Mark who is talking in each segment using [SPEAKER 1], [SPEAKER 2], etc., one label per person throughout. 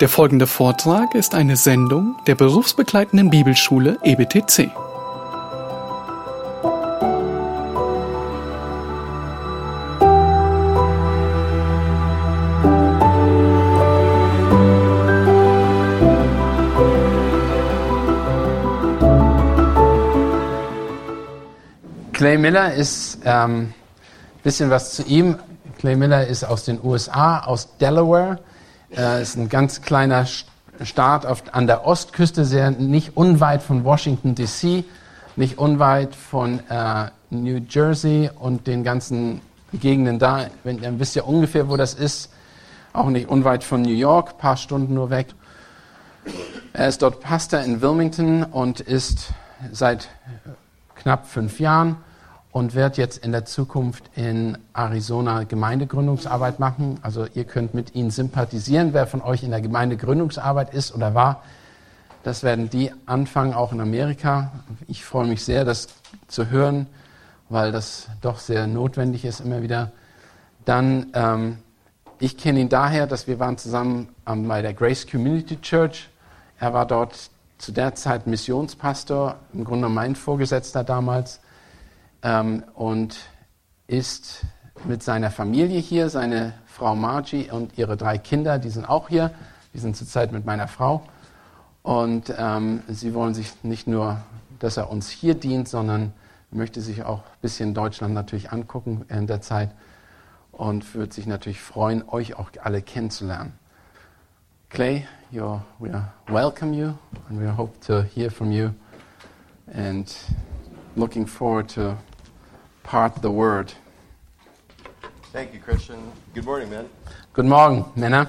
[SPEAKER 1] Der folgende Vortrag ist eine Sendung der berufsbegleitenden Bibelschule E EBTC.
[SPEAKER 2] Clay Miller ist, ähm, bisschen was zu ihm. Clay Miller ist aus den USA, aus Delaware. Äh, ist ein ganz kleiner St- Staat auf, an der Ostküste, sehr nicht unweit von Washington D.C., nicht unweit von äh, New Jersey und den ganzen Gegenden da. Wenn, dann wisst ihr ungefähr, wo das ist. Auch nicht unweit von New York, paar Stunden nur weg. Er ist dort Pastor in Wilmington und ist seit knapp fünf Jahren und wird jetzt in der Zukunft in Arizona Gemeindegründungsarbeit machen. Also ihr könnt mit ihnen sympathisieren, wer von euch in der Gemeindegründungsarbeit ist oder war. Das werden die anfangen, auch in Amerika. Ich freue mich sehr, das zu hören, weil das doch sehr notwendig ist immer wieder. Dann, ähm, ich kenne ihn daher, dass wir waren zusammen am- bei der Grace Community Church. Er war dort zu der Zeit Missionspastor, im Grunde mein Vorgesetzter damals ähm, und ist mit seiner Familie hier, seine Frau Margie und ihre drei Kinder, die sind auch hier. Die sind zurzeit mit meiner Frau. Und ähm, sie wollen sich nicht nur, dass er uns hier dient, sondern möchte sich auch ein bisschen Deutschland natürlich angucken in der Zeit und würde sich natürlich freuen, euch auch alle kennenzulernen. Clay, you're, we are welcome you and we hope to hear from you and looking forward to part the word.
[SPEAKER 3] Thank you, Christian. Good morning, man.
[SPEAKER 2] Guten Morgen, Männer.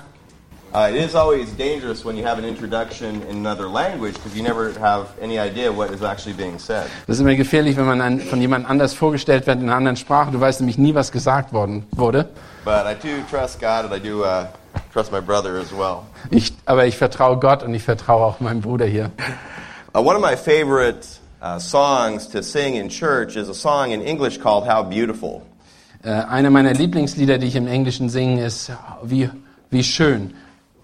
[SPEAKER 3] Uh, it is always dangerous when you have an introduction in another language because you never have any idea what is actually being said.
[SPEAKER 2] Das ist immer gefährlich, wenn man an- von jemand anders vorgestellt wird in einer anderen Sprache. Du weißt nämlich nie, was gesagt worden wurde.
[SPEAKER 3] But I do trust God, and I do uh, trust my brother as well.
[SPEAKER 2] Ich, aber ich vertraue Gott und ich vertraue auch meinem Bruder hier.
[SPEAKER 3] Uh, one of my favorite uh, songs to sing in church is a song in English called "How Beautiful."
[SPEAKER 2] Äh, einer meiner Lieblingslieder, die ich im Englischen singe, ist Wie, wie schön.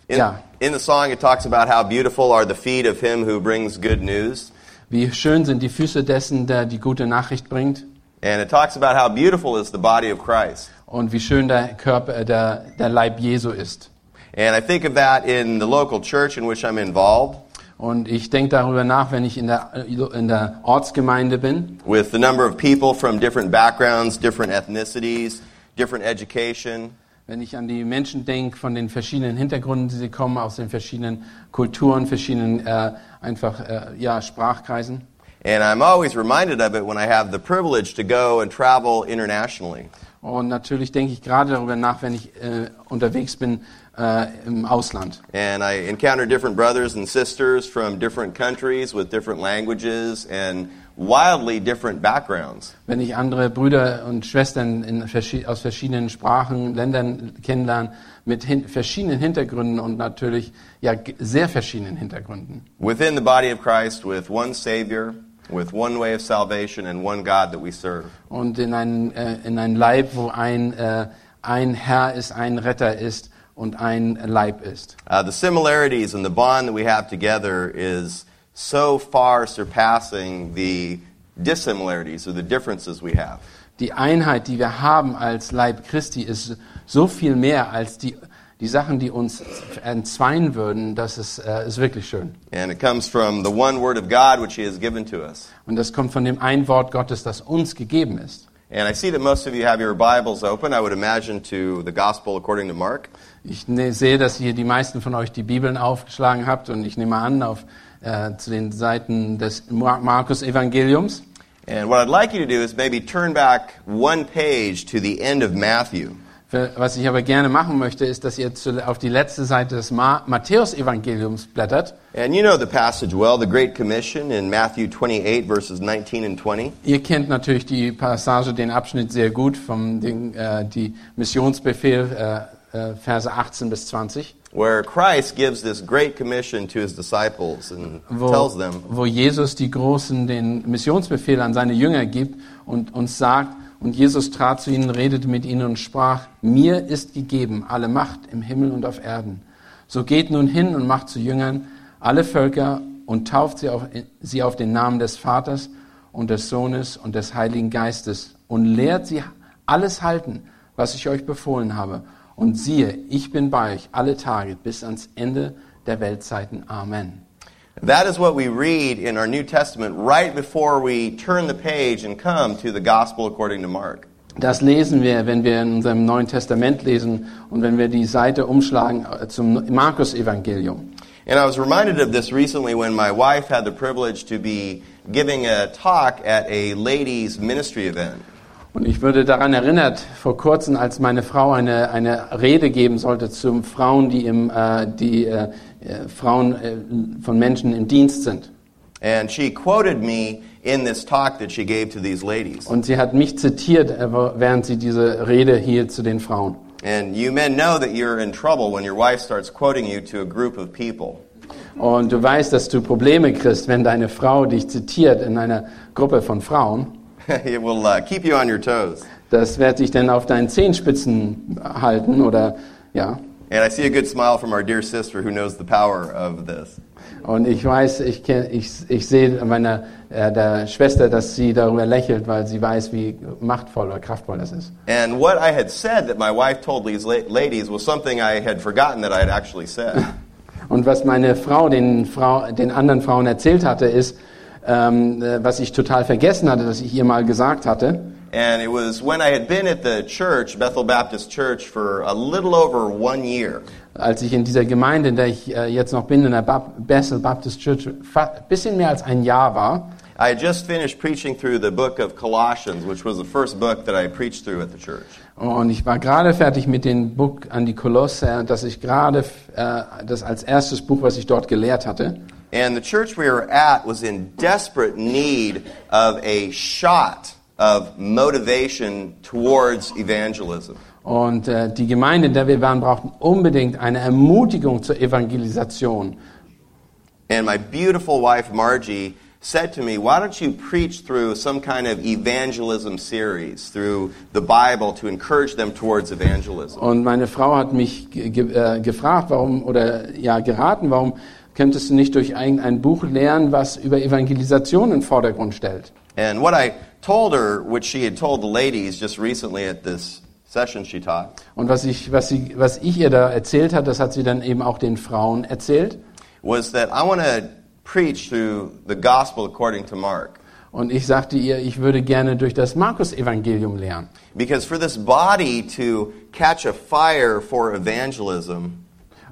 [SPEAKER 3] In,
[SPEAKER 2] Ja,
[SPEAKER 3] in the song, it talks about how beautiful are the feet of him who brings good news,
[SPEAKER 2] wie schön sind die Füße dessen, der die gute Nachricht bringt.
[SPEAKER 3] and it talks about how beautiful is the body of Christ.
[SPEAKER 2] Und wie schön der Körper, äh, der, der Leib Jesu ist.
[SPEAKER 3] And I think of that in the local church in which I'm involved.
[SPEAKER 2] Und ich denke darüber nach, wenn ich in der, in der Ortsgemeinde bin,
[SPEAKER 3] with the number of people from different backgrounds, different ethnicities, different education.
[SPEAKER 2] wenn ich an die Menschen denke von den verschiedenen Hintergründen, die sie kommen, aus den verschiedenen Kulturen, verschiedenen äh, einfach äh, ja, Sprachkreisen.
[SPEAKER 3] And I'm always reminded of it when I have the privilege to go and travel internationally.
[SPEAKER 2] Und natürlich denke ich gerade darüber nach, wenn ich äh, unterwegs bin äh, im Ausland.
[SPEAKER 3] And I encounter different brothers and sisters from different countries with different languages and wildly different backgrounds.
[SPEAKER 2] Wenn ich andere Brüder und Schwestern in verschi aus verschiedenen Sprachen, Ländern kennenlerne, mit hin verschiedenen Hintergründen und natürlich ja g- sehr verschiedenen Hintergründen.
[SPEAKER 3] Within the body of Christ, with one Savior, with one way of salvation, and one God that we serve.
[SPEAKER 2] und in einen, äh, in einen Leib, wo ein, äh, ein Herr ist, ein Retter ist und ein Leib ist.
[SPEAKER 3] Uh, the similarities and the bond that we have together is so far surpassing the dissimilarities or the differences we have.
[SPEAKER 2] Die Einheit, die wir haben als Leib Christi, ist so viel mehr als die, die Sachen, die uns entzweien würden. Das ist, äh, ist wirklich schön.
[SPEAKER 3] And it comes from the one Word of God which He has given to us.
[SPEAKER 2] Und das kommt von dem einen Wort Gottes, das uns gegeben ist.
[SPEAKER 3] And I see that most of you have your Bibles open, I would imagine, to the Gospel according to Mark.
[SPEAKER 2] Ich ne, sehe, dass hier die meisten von euch die Bibeln aufgeschlagen habt und ich nehme an, auf, äh, zu den Seiten des Mar- Markus-Evangeliums.
[SPEAKER 3] And what I'd like you to do is maybe turn back one page to the end of Matthew.
[SPEAKER 2] Für- Was ich aber gerne machen möchte, ist, dass ihr zu, auf die letzte Seite des Ma Matthäus-Evangeliums blättert.
[SPEAKER 3] And you know the passage well, the Great Commission in Matthew 28, verses 19 and 20.
[SPEAKER 2] Ihr kennt natürlich die Passage, den Abschnitt sehr gut, vom den, äh, die Missionsbefehl, äh, äh, Verse 18 bis 20,
[SPEAKER 3] where Christ gives this great commission to his disciples and
[SPEAKER 2] wo,
[SPEAKER 3] tells them,
[SPEAKER 2] wo Jesus die Großen den Missionsbefehl an seine Jünger gibt und uns sagt, und Jesus trat zu ihnen, redete mit ihnen und sprach, mir ist gegeben alle Macht im Himmel und auf Erden. So geht nun hin und macht zu Jüngern alle Völker und tauft sie auf, sie auf den Namen des Vaters und des Sohnes und des Heiligen Geistes und lehrt sie alles halten, was ich euch befohlen habe. Und siehe, ich bin bei euch alle Tage bis ans Ende der Weltzeiten. Amen.
[SPEAKER 3] That is what we read in our New Testament right before we turn the page and come to the Gospel according to Mark.
[SPEAKER 2] Das lesen wir, wenn wir in unserem Neuen Testament lesen und wenn wir die Seite umschlagen äh, zum Markus-Evangelium.
[SPEAKER 3] And I was reminded of this recently when my wife had the privilege to be giving a talk at a ladies' ministry event.
[SPEAKER 2] Und ich würde daran erinnert, vor kurzem, als meine Frau eine, eine Rede geben sollte zu Frauen, die, im, äh, die äh, äh, Frauen äh, von Menschen im Dienst sind.
[SPEAKER 3] And she quoted me in this talk that she gave to these ladies.
[SPEAKER 2] Und sie hat mich zitiert, äh, während sie diese Rede hielt zu den Frauen.
[SPEAKER 3] And you men know that you're in trouble when your wife starts quoting you to a group of people.
[SPEAKER 2] Und du weißt, dass du Probleme kriegst, wenn deine Frau dich zitiert in einer Gruppe von Frauen.
[SPEAKER 3] it will uh, keep you on your toes.
[SPEAKER 2] Das wird dich dann auf deinen Zehenspitzen halten oder ja.
[SPEAKER 3] And I see a good smile from our dear sister who knows the power of this.
[SPEAKER 2] Und ich weiß, ich, kenn, ich, ich sehe meiner äh, der Schwester, dass sie darüber lächelt, weil sie weiß, wie machtvoll oder kraftvoll das ist.
[SPEAKER 3] And what I had said that my wife told these la- ladies was something I had forgotten that I had actually said.
[SPEAKER 2] Und was meine Frau den, Frau, den anderen Frauen erzählt hatte, ist, ähm, äh, was ich total vergessen hatte, dass ich ihr mal gesagt hatte.
[SPEAKER 3] and it was when I had been at the church, Bethel Baptist Church, for a little over one year.
[SPEAKER 2] Als ich in dieser Gemeinde, in der ich äh, jetzt noch bin, in der Bab Bethel Baptist Church, ein bisschen mehr als ein Jahr war,
[SPEAKER 3] I had just finished preaching through the book of Colossians, which was the first book that I preached through at the church.
[SPEAKER 2] Oh, Und ich war gerade fertig mit dem Buch an die Kolosse, das ich gerade äh, das als erstes Buch, was ich dort gelehrt hatte.
[SPEAKER 3] And the church we were at was in desperate need of a shot of motivation towards evangelism.
[SPEAKER 2] Und äh, die Gemeinde, in der wir waren, brauchten unbedingt eine Ermutigung zur Evangelisation.
[SPEAKER 3] And my beautiful wife, Margie, said to me, Why don't you preach through some kind of evangelism series through the Bible to encourage them towards evangelism?
[SPEAKER 2] Und meine Frau hat mich ge ge- äh, gefragt, warum oder ja geraten, warum könntest du nicht durch irgendein Buch lehren, was über Evangelisation in den Vordergrund stellt?
[SPEAKER 3] And what I told her, which she had told the ladies just recently at this session she taught,
[SPEAKER 2] Und was ich, was, sie, was ich ihr da erzählt hat, das hat sie dann eben auch den Frauen erzählt.
[SPEAKER 3] was that I want to preach through the gospel according to Mark.
[SPEAKER 2] Und ich sagte ihr, ich würde gerne durch das Markus-Evangelium lernen.
[SPEAKER 3] Because for this body to catch a fire for evangelism,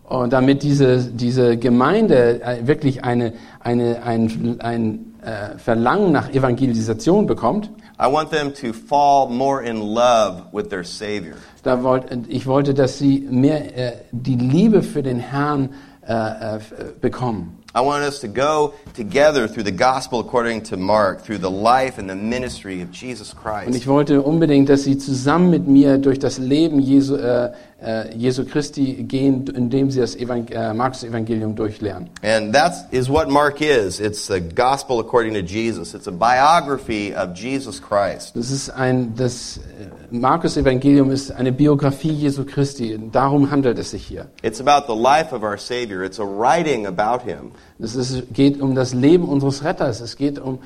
[SPEAKER 2] Und damit diese, diese Gemeinde äh, wirklich eine, eine, ein, ein äh, Verlangen nach Evangelisation bekommt,
[SPEAKER 3] I want them to fall more in love with their Savior.
[SPEAKER 2] da wollt, ich wollte, dass sie mehr äh, die Liebe für den Herrn äh, äh, f- äh, bekommen.
[SPEAKER 3] I want us to go together through the gospel according to Mark, through the life and the ministry of Jesus
[SPEAKER 2] Und
[SPEAKER 3] Christ.
[SPEAKER 2] ich wollte unbedingt, dass sie zusammen mit mir durch das Leben Jesu, äh, äh, Jesu Christi gehen, indem sie das Evang äh, Markus-Evangelium durchlernen.
[SPEAKER 3] And that is what Mark is. It's the gospel according to Jesus. It's a biography of Jesus Christ.
[SPEAKER 2] Das ist ein, das äh, Markus-Evangelium ist eine Biografie Jesu Christi. Darum handelt es sich hier.
[SPEAKER 3] It's about the life of our Savior. It's a writing about him.
[SPEAKER 2] Es ist, geht um das Leben unseres Retters. Es geht um,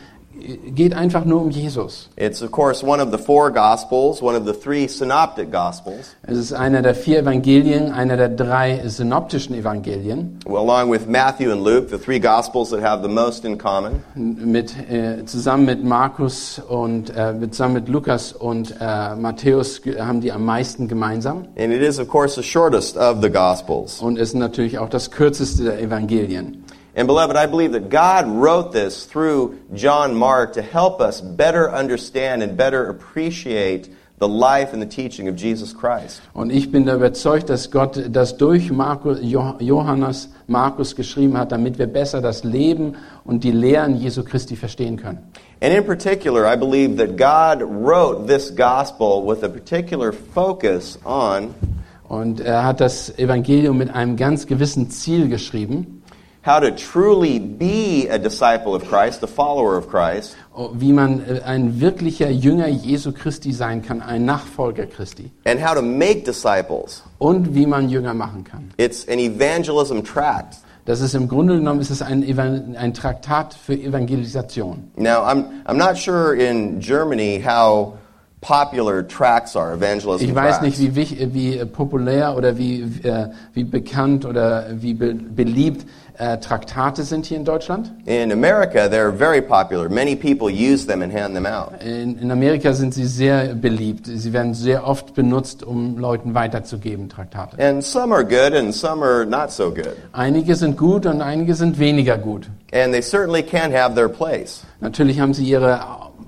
[SPEAKER 2] geht einfach nur um Jesus.
[SPEAKER 3] It's, of course, one of the four gospels, one of the three synoptic gospels.
[SPEAKER 2] Es ist einer der vier Evangelien, einer der drei synoptischen Evangelien,
[SPEAKER 3] Well, along with Matthew and Luke, the three Gospels that have the most in common.
[SPEAKER 2] mit, äh, zusammen mit Markus und äh, mit- zusammen mit Lukas und äh, Matthäus ge- haben die am meisten gemeinsam
[SPEAKER 3] And it is, of course, the shortest of the Gospels.
[SPEAKER 2] und ist natürlich auch das kürzeste der Evangelien.
[SPEAKER 3] And, beloved, I believe that God wrote this through John Mark to help us better understand and better appreciate the life and the teaching of Jesus Christ.
[SPEAKER 2] Und ich bin da überzeugt, dass Gott das durch Markus, Jo- Johannes Markus geschrieben hat, damit wir besser das Leben und die Lehren Jesu Christi verstehen können.
[SPEAKER 3] And in particular, I believe that God wrote this Gospel with a particular focus on
[SPEAKER 2] Und er hat das Evangelium mit einem ganz gewissen Ziel geschrieben,
[SPEAKER 3] how to truly be a disciple of Christ, a follower of Christ,
[SPEAKER 2] wie man äh, ein wirklicher Jünger Jesu Christi sein kann, ein Nachfolger Christi
[SPEAKER 3] and how to make disciples.
[SPEAKER 2] und wie man Jünger machen kann.
[SPEAKER 3] It's an evangelism tract.
[SPEAKER 2] Das ist im Grunde genommen ist es ein, Evan- ein Traktat für Evangelisation.
[SPEAKER 3] Now, I'm, I'm not sure in Germany how popular tracts are, evangelism
[SPEAKER 2] Ich weiß nicht,
[SPEAKER 3] tracts.
[SPEAKER 2] wie, wich- äh, wie äh, populär oder wie, äh, wie bekannt oder wie be beliebt äh, Traktate sind hier in Deutschland.
[SPEAKER 3] In America, they're very popular. Many people use them and hand them out.
[SPEAKER 2] In, in Amerika sind sie sehr beliebt. Sie werden sehr oft benutzt, um Leuten weiterzugeben, Traktate.
[SPEAKER 3] And some are good and some are not so good.
[SPEAKER 2] Einige sind gut und einige sind weniger gut.
[SPEAKER 3] And they certainly can have their place.
[SPEAKER 2] Natürlich haben sie ihre,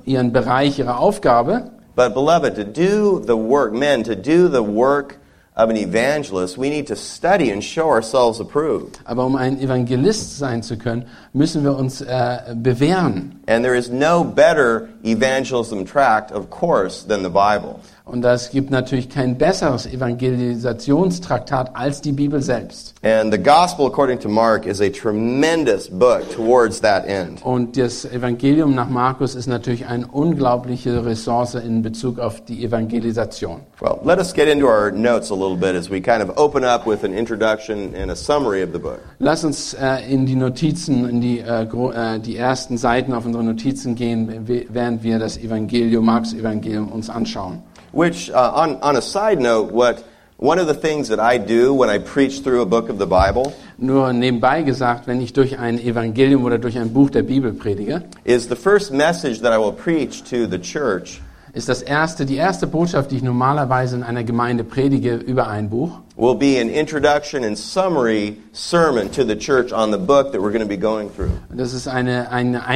[SPEAKER 2] ihren Bereich, ihre Aufgabe.
[SPEAKER 3] But, beloved, to do the work, men, to do the work of an evangelist, we need to study and show ourselves approved.
[SPEAKER 2] Aber um ein Evangelist sein zu können, müssen wir uns äh, bewähren.
[SPEAKER 3] And there is no better evangelism tract, of course, than the Bible.
[SPEAKER 2] Und es gibt natürlich kein besseres Evangelisationstraktat als die Bibel selbst.
[SPEAKER 3] And the Gospel, according to Mark, is a tremendous book towards that end.
[SPEAKER 2] Und das Evangelium nach Markus ist natürlich eine unglaubliche Ressource in Bezug auf die Evangelisation.
[SPEAKER 3] Well, let us get into our notes a little bit as we kind of open up with an introduction and a summary of the book.
[SPEAKER 2] Lass uns äh, in die Notizen, in die, äh, gro- äh, die ersten Seiten auf unsere Notizen gehen, we- während wir das Evangelium, Markus Evangelium uns anschauen.
[SPEAKER 3] Which, uh, on, on a side note, what one of the things that I do when I preach through a book of the Bible
[SPEAKER 2] Nur nebenbei gesagt, wenn ich durch ein Evangelium oder durch ein Buch der Bibel predige,
[SPEAKER 3] is the first message that I will preach to the church
[SPEAKER 2] ist das erste, die erste Botschaft, die ich normalerweise in einer Gemeinde predige über ein Buch,
[SPEAKER 3] will be an introduction and summary sermon to the church on the book that we're going to be going through.
[SPEAKER 2] Das ist eine, eine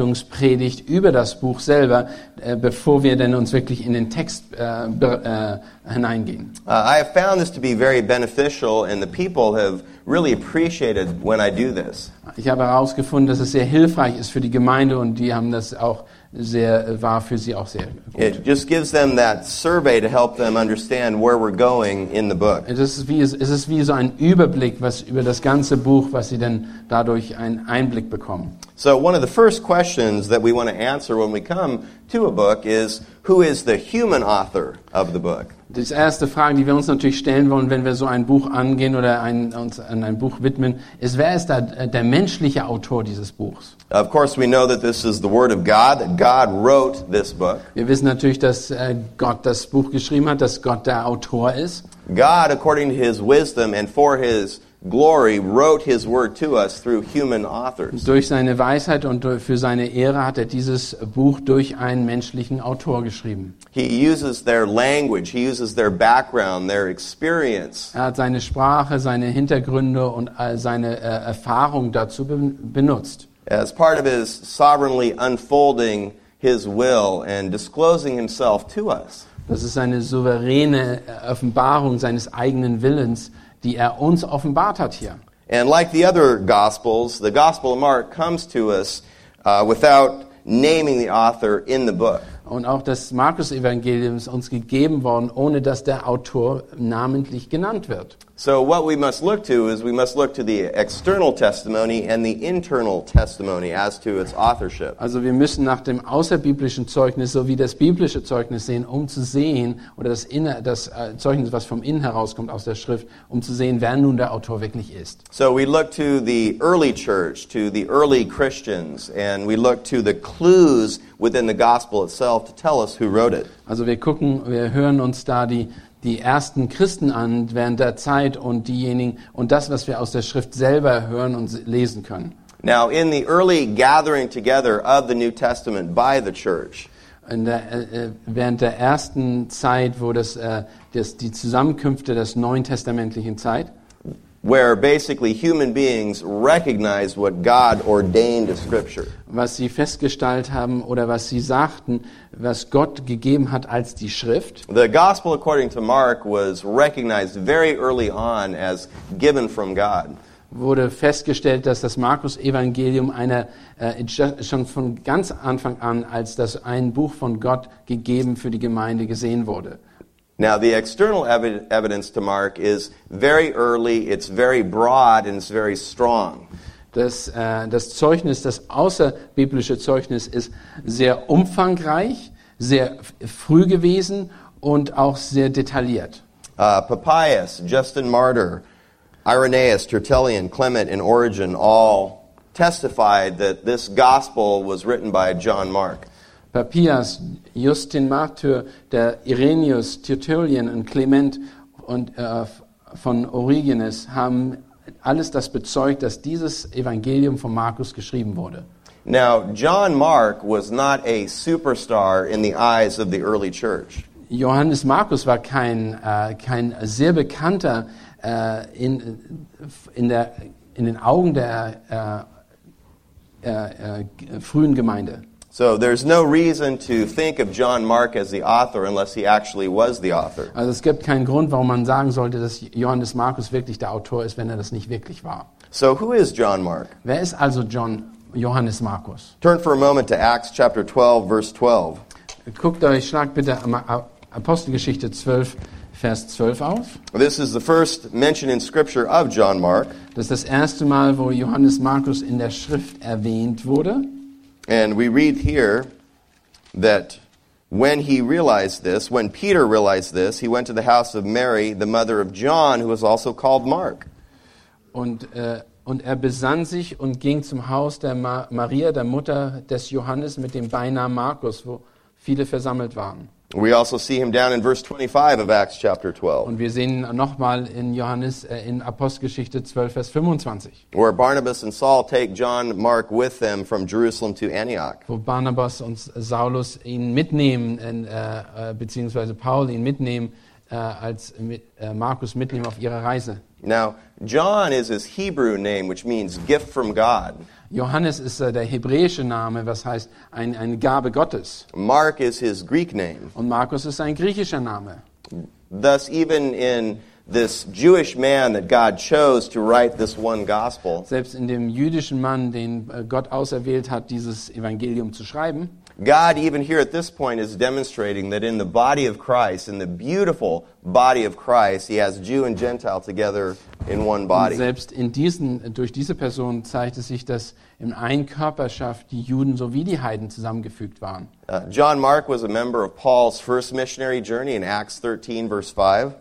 [SPEAKER 2] Einleitungspredigt über das Buch selber, äh, bevor wir denn uns wirklich in den Text äh, be- äh, hineingehen.
[SPEAKER 3] Uh, I have found this to be very beneficial, and the people have really appreciated when I do this.
[SPEAKER 2] Ich habe herausgefunden, dass es sehr hilfreich ist für die Gemeinde und die haben das auch sehr, war für sie auch sehr gut.
[SPEAKER 3] It just gives them that survey to help them understand where we're going in the book.
[SPEAKER 2] Es ist, wie, es ist wie so ein Überblick was über das ganze Buch, was sie dann dadurch einen Einblick bekommen.
[SPEAKER 3] So, one of the first questions that we want to answer when we come to a book is who is the human author of the book?
[SPEAKER 2] Das erste Frage, die wir uns natürlich stellen wollen, wenn wir so ein Buch angehen oder ein, uns an ein Buch widmen, ist, wer ist da äh, der menschliche Autor dieses Buchs?
[SPEAKER 3] Of course, we know that this is the Word of God, that God wrote this book.
[SPEAKER 2] Wir wissen natürlich, dass äh, Gott das Buch geschrieben hat, dass Gott der Autor ist.
[SPEAKER 3] God, according to His wisdom and for His glory, wrote His Word to us through human authors.
[SPEAKER 2] Durch seine Weisheit und durch- für seine Ehre hat er dieses Buch durch einen menschlichen Autor geschrieben.
[SPEAKER 3] He uses their language, He uses their background, their experience
[SPEAKER 2] Er hat seine Sprache, seine Hintergründe und all seine äh, Erfahrung dazu ben- benutzt.
[SPEAKER 3] as part of His sovereignly unfolding His will and disclosing Himself to us.
[SPEAKER 2] Das ist eine souveräne äh, Offenbarung seines eigenen Willens, die er uns offenbart hat hier.
[SPEAKER 3] And like the other Gospels, the Gospel of Mark comes to us uh, without naming the author in the book.
[SPEAKER 2] Und auch das Markus-Evangelium ist uns gegeben worden, ohne dass der Autor namentlich genannt wird.
[SPEAKER 3] So, what we must look to is we must look to the external testimony and the internal testimony as to its authorship.
[SPEAKER 2] Also wir müssen nach dem außerbiblischen Zeugnis sowie das biblische Zeugnis sehen, um zu sehen, oder das, Inner, das äh, Zeugnis, was vom Innen herauskommt aus der Schrift, um zu sehen, wer nun der Autor wirklich ist.
[SPEAKER 3] So, we look to the early church, to the early Christians, and we look to the clues within the Gospel itself to tell us who wrote it.
[SPEAKER 2] Also wir gucken, wir hören uns da die, die ersten Christen an während der Zeit und diejenigen und das, was wir aus der Schrift selber hören und lesen können.
[SPEAKER 3] Now, in the early gathering together of the New Testament by the church,
[SPEAKER 2] In der, äh, äh, während der ersten Zeit, wo das, äh, das, die Zusammenkünfte des neuen testamentlichen Zeit,
[SPEAKER 3] where basically human beings recognize what God ordained as Scripture.
[SPEAKER 2] was sie festgestellt haben oder was sie sagten, was Gott gegeben hat als die Schrift.
[SPEAKER 3] The gospel, according to Mark, was recognized very early on as given from God.
[SPEAKER 2] Wurde festgestellt, dass das Markus-Evangelium einer, äh, ju- schon von ganz Anfang an als das ein Buch von Gott gegeben für die Gemeinde gesehen wurde.
[SPEAKER 3] Now, the external evi- evidence to Mark is very early, it's very broad, and it's very strong.
[SPEAKER 2] Das, äh, das Zeugnis, das außerbiblische Zeugnis ist sehr umfangreich, sehr f- früh gewesen und auch sehr detailliert.
[SPEAKER 3] Uh, Papias, Justin Martyr, Irenaeus, Tertullian, Clement, and Origen all testified that this gospel was written by John Mark.
[SPEAKER 2] Papias, Justin Martyr, der Irenaeus, Tertullian und Clement und äh, von Origenes haben alles das bezeugt, dass dieses Evangelium von Markus geschrieben wurde.
[SPEAKER 3] Now, John Mark was not a superstar in the eyes of the early church.
[SPEAKER 2] Johannes Markus war kein, äh, kein sehr bekannter äh, in, in, der, in den Augen der äh, äh, äh, frühen Gemeinde.
[SPEAKER 3] So there's no reason to think of John Mark as the author unless he actually was the author.
[SPEAKER 2] Also es gibt keinen Grund, warum man sagen sollte, dass Johannes Markus wirklich der Autor ist, wenn er das nicht wirklich war.
[SPEAKER 3] So who is John Mark?
[SPEAKER 2] Wer ist also John Johannes Markus?
[SPEAKER 3] Turn for a moment to Acts chapter 12 verse 12.
[SPEAKER 2] Guckt euch, schlagt bitte am- A- Apostelgeschichte 12, Vers 12 auf.
[SPEAKER 3] This is the first mention in scripture of John Mark,
[SPEAKER 2] Das ist das erste Mal, wo Johannes Markus in der Schrift erwähnt wurde.
[SPEAKER 3] and we read here that when he realized this, when Peter realized this, he went to the house of Mary, the mother of John, who was also called Mark.
[SPEAKER 2] Und, äh, und er besann sich und ging zum Haus der Ma Maria, der Mutter des Johannes, mit dem Beinamen Markus, wo viele versammelt waren.
[SPEAKER 3] We also see him down in verse 25 of Acts chapter 12,
[SPEAKER 2] Und wir sehen nochmal in Johannes äh, in Apostelgeschichte 12, Vers 25,
[SPEAKER 3] where Barnabas and Saul take John Mark with them from Jerusalem to Antioch.
[SPEAKER 2] wo Barnabas und Saulus ihn mitnehmen, in, äh, äh, beziehungsweise Paul ihn mitnehmen, äh, als mit, äh, Markus mitnehmen auf ihre Reise.
[SPEAKER 3] Now, John is his Hebrew name, which means gift from God.
[SPEAKER 2] Johannes ist äh, der hebräische Name, was heißt ein, eine Gabe Gottes.
[SPEAKER 3] Mark is his Greek name.
[SPEAKER 2] Und Markus ist ein griechischer Name.
[SPEAKER 3] Thus, even in this Jewish man that God chose to write this one gospel,
[SPEAKER 2] Selbst in dem jüdischen Mann, den äh, Gott auserwählt hat, dieses Evangelium zu schreiben,
[SPEAKER 3] God, even here at this point, is demonstrating that in the body of Christ, in the beautiful body of Christ, he has Jew and Gentile together in one
[SPEAKER 2] und
[SPEAKER 3] body.
[SPEAKER 2] selbst in diesen, durch diese Person zeigt es sich, dass im einen Körperschaft die Juden sowie die Heiden zusammengefügt waren.
[SPEAKER 3] Uh, John Mark was a member of Paul's first missionary journey in Acts 13, verse 5.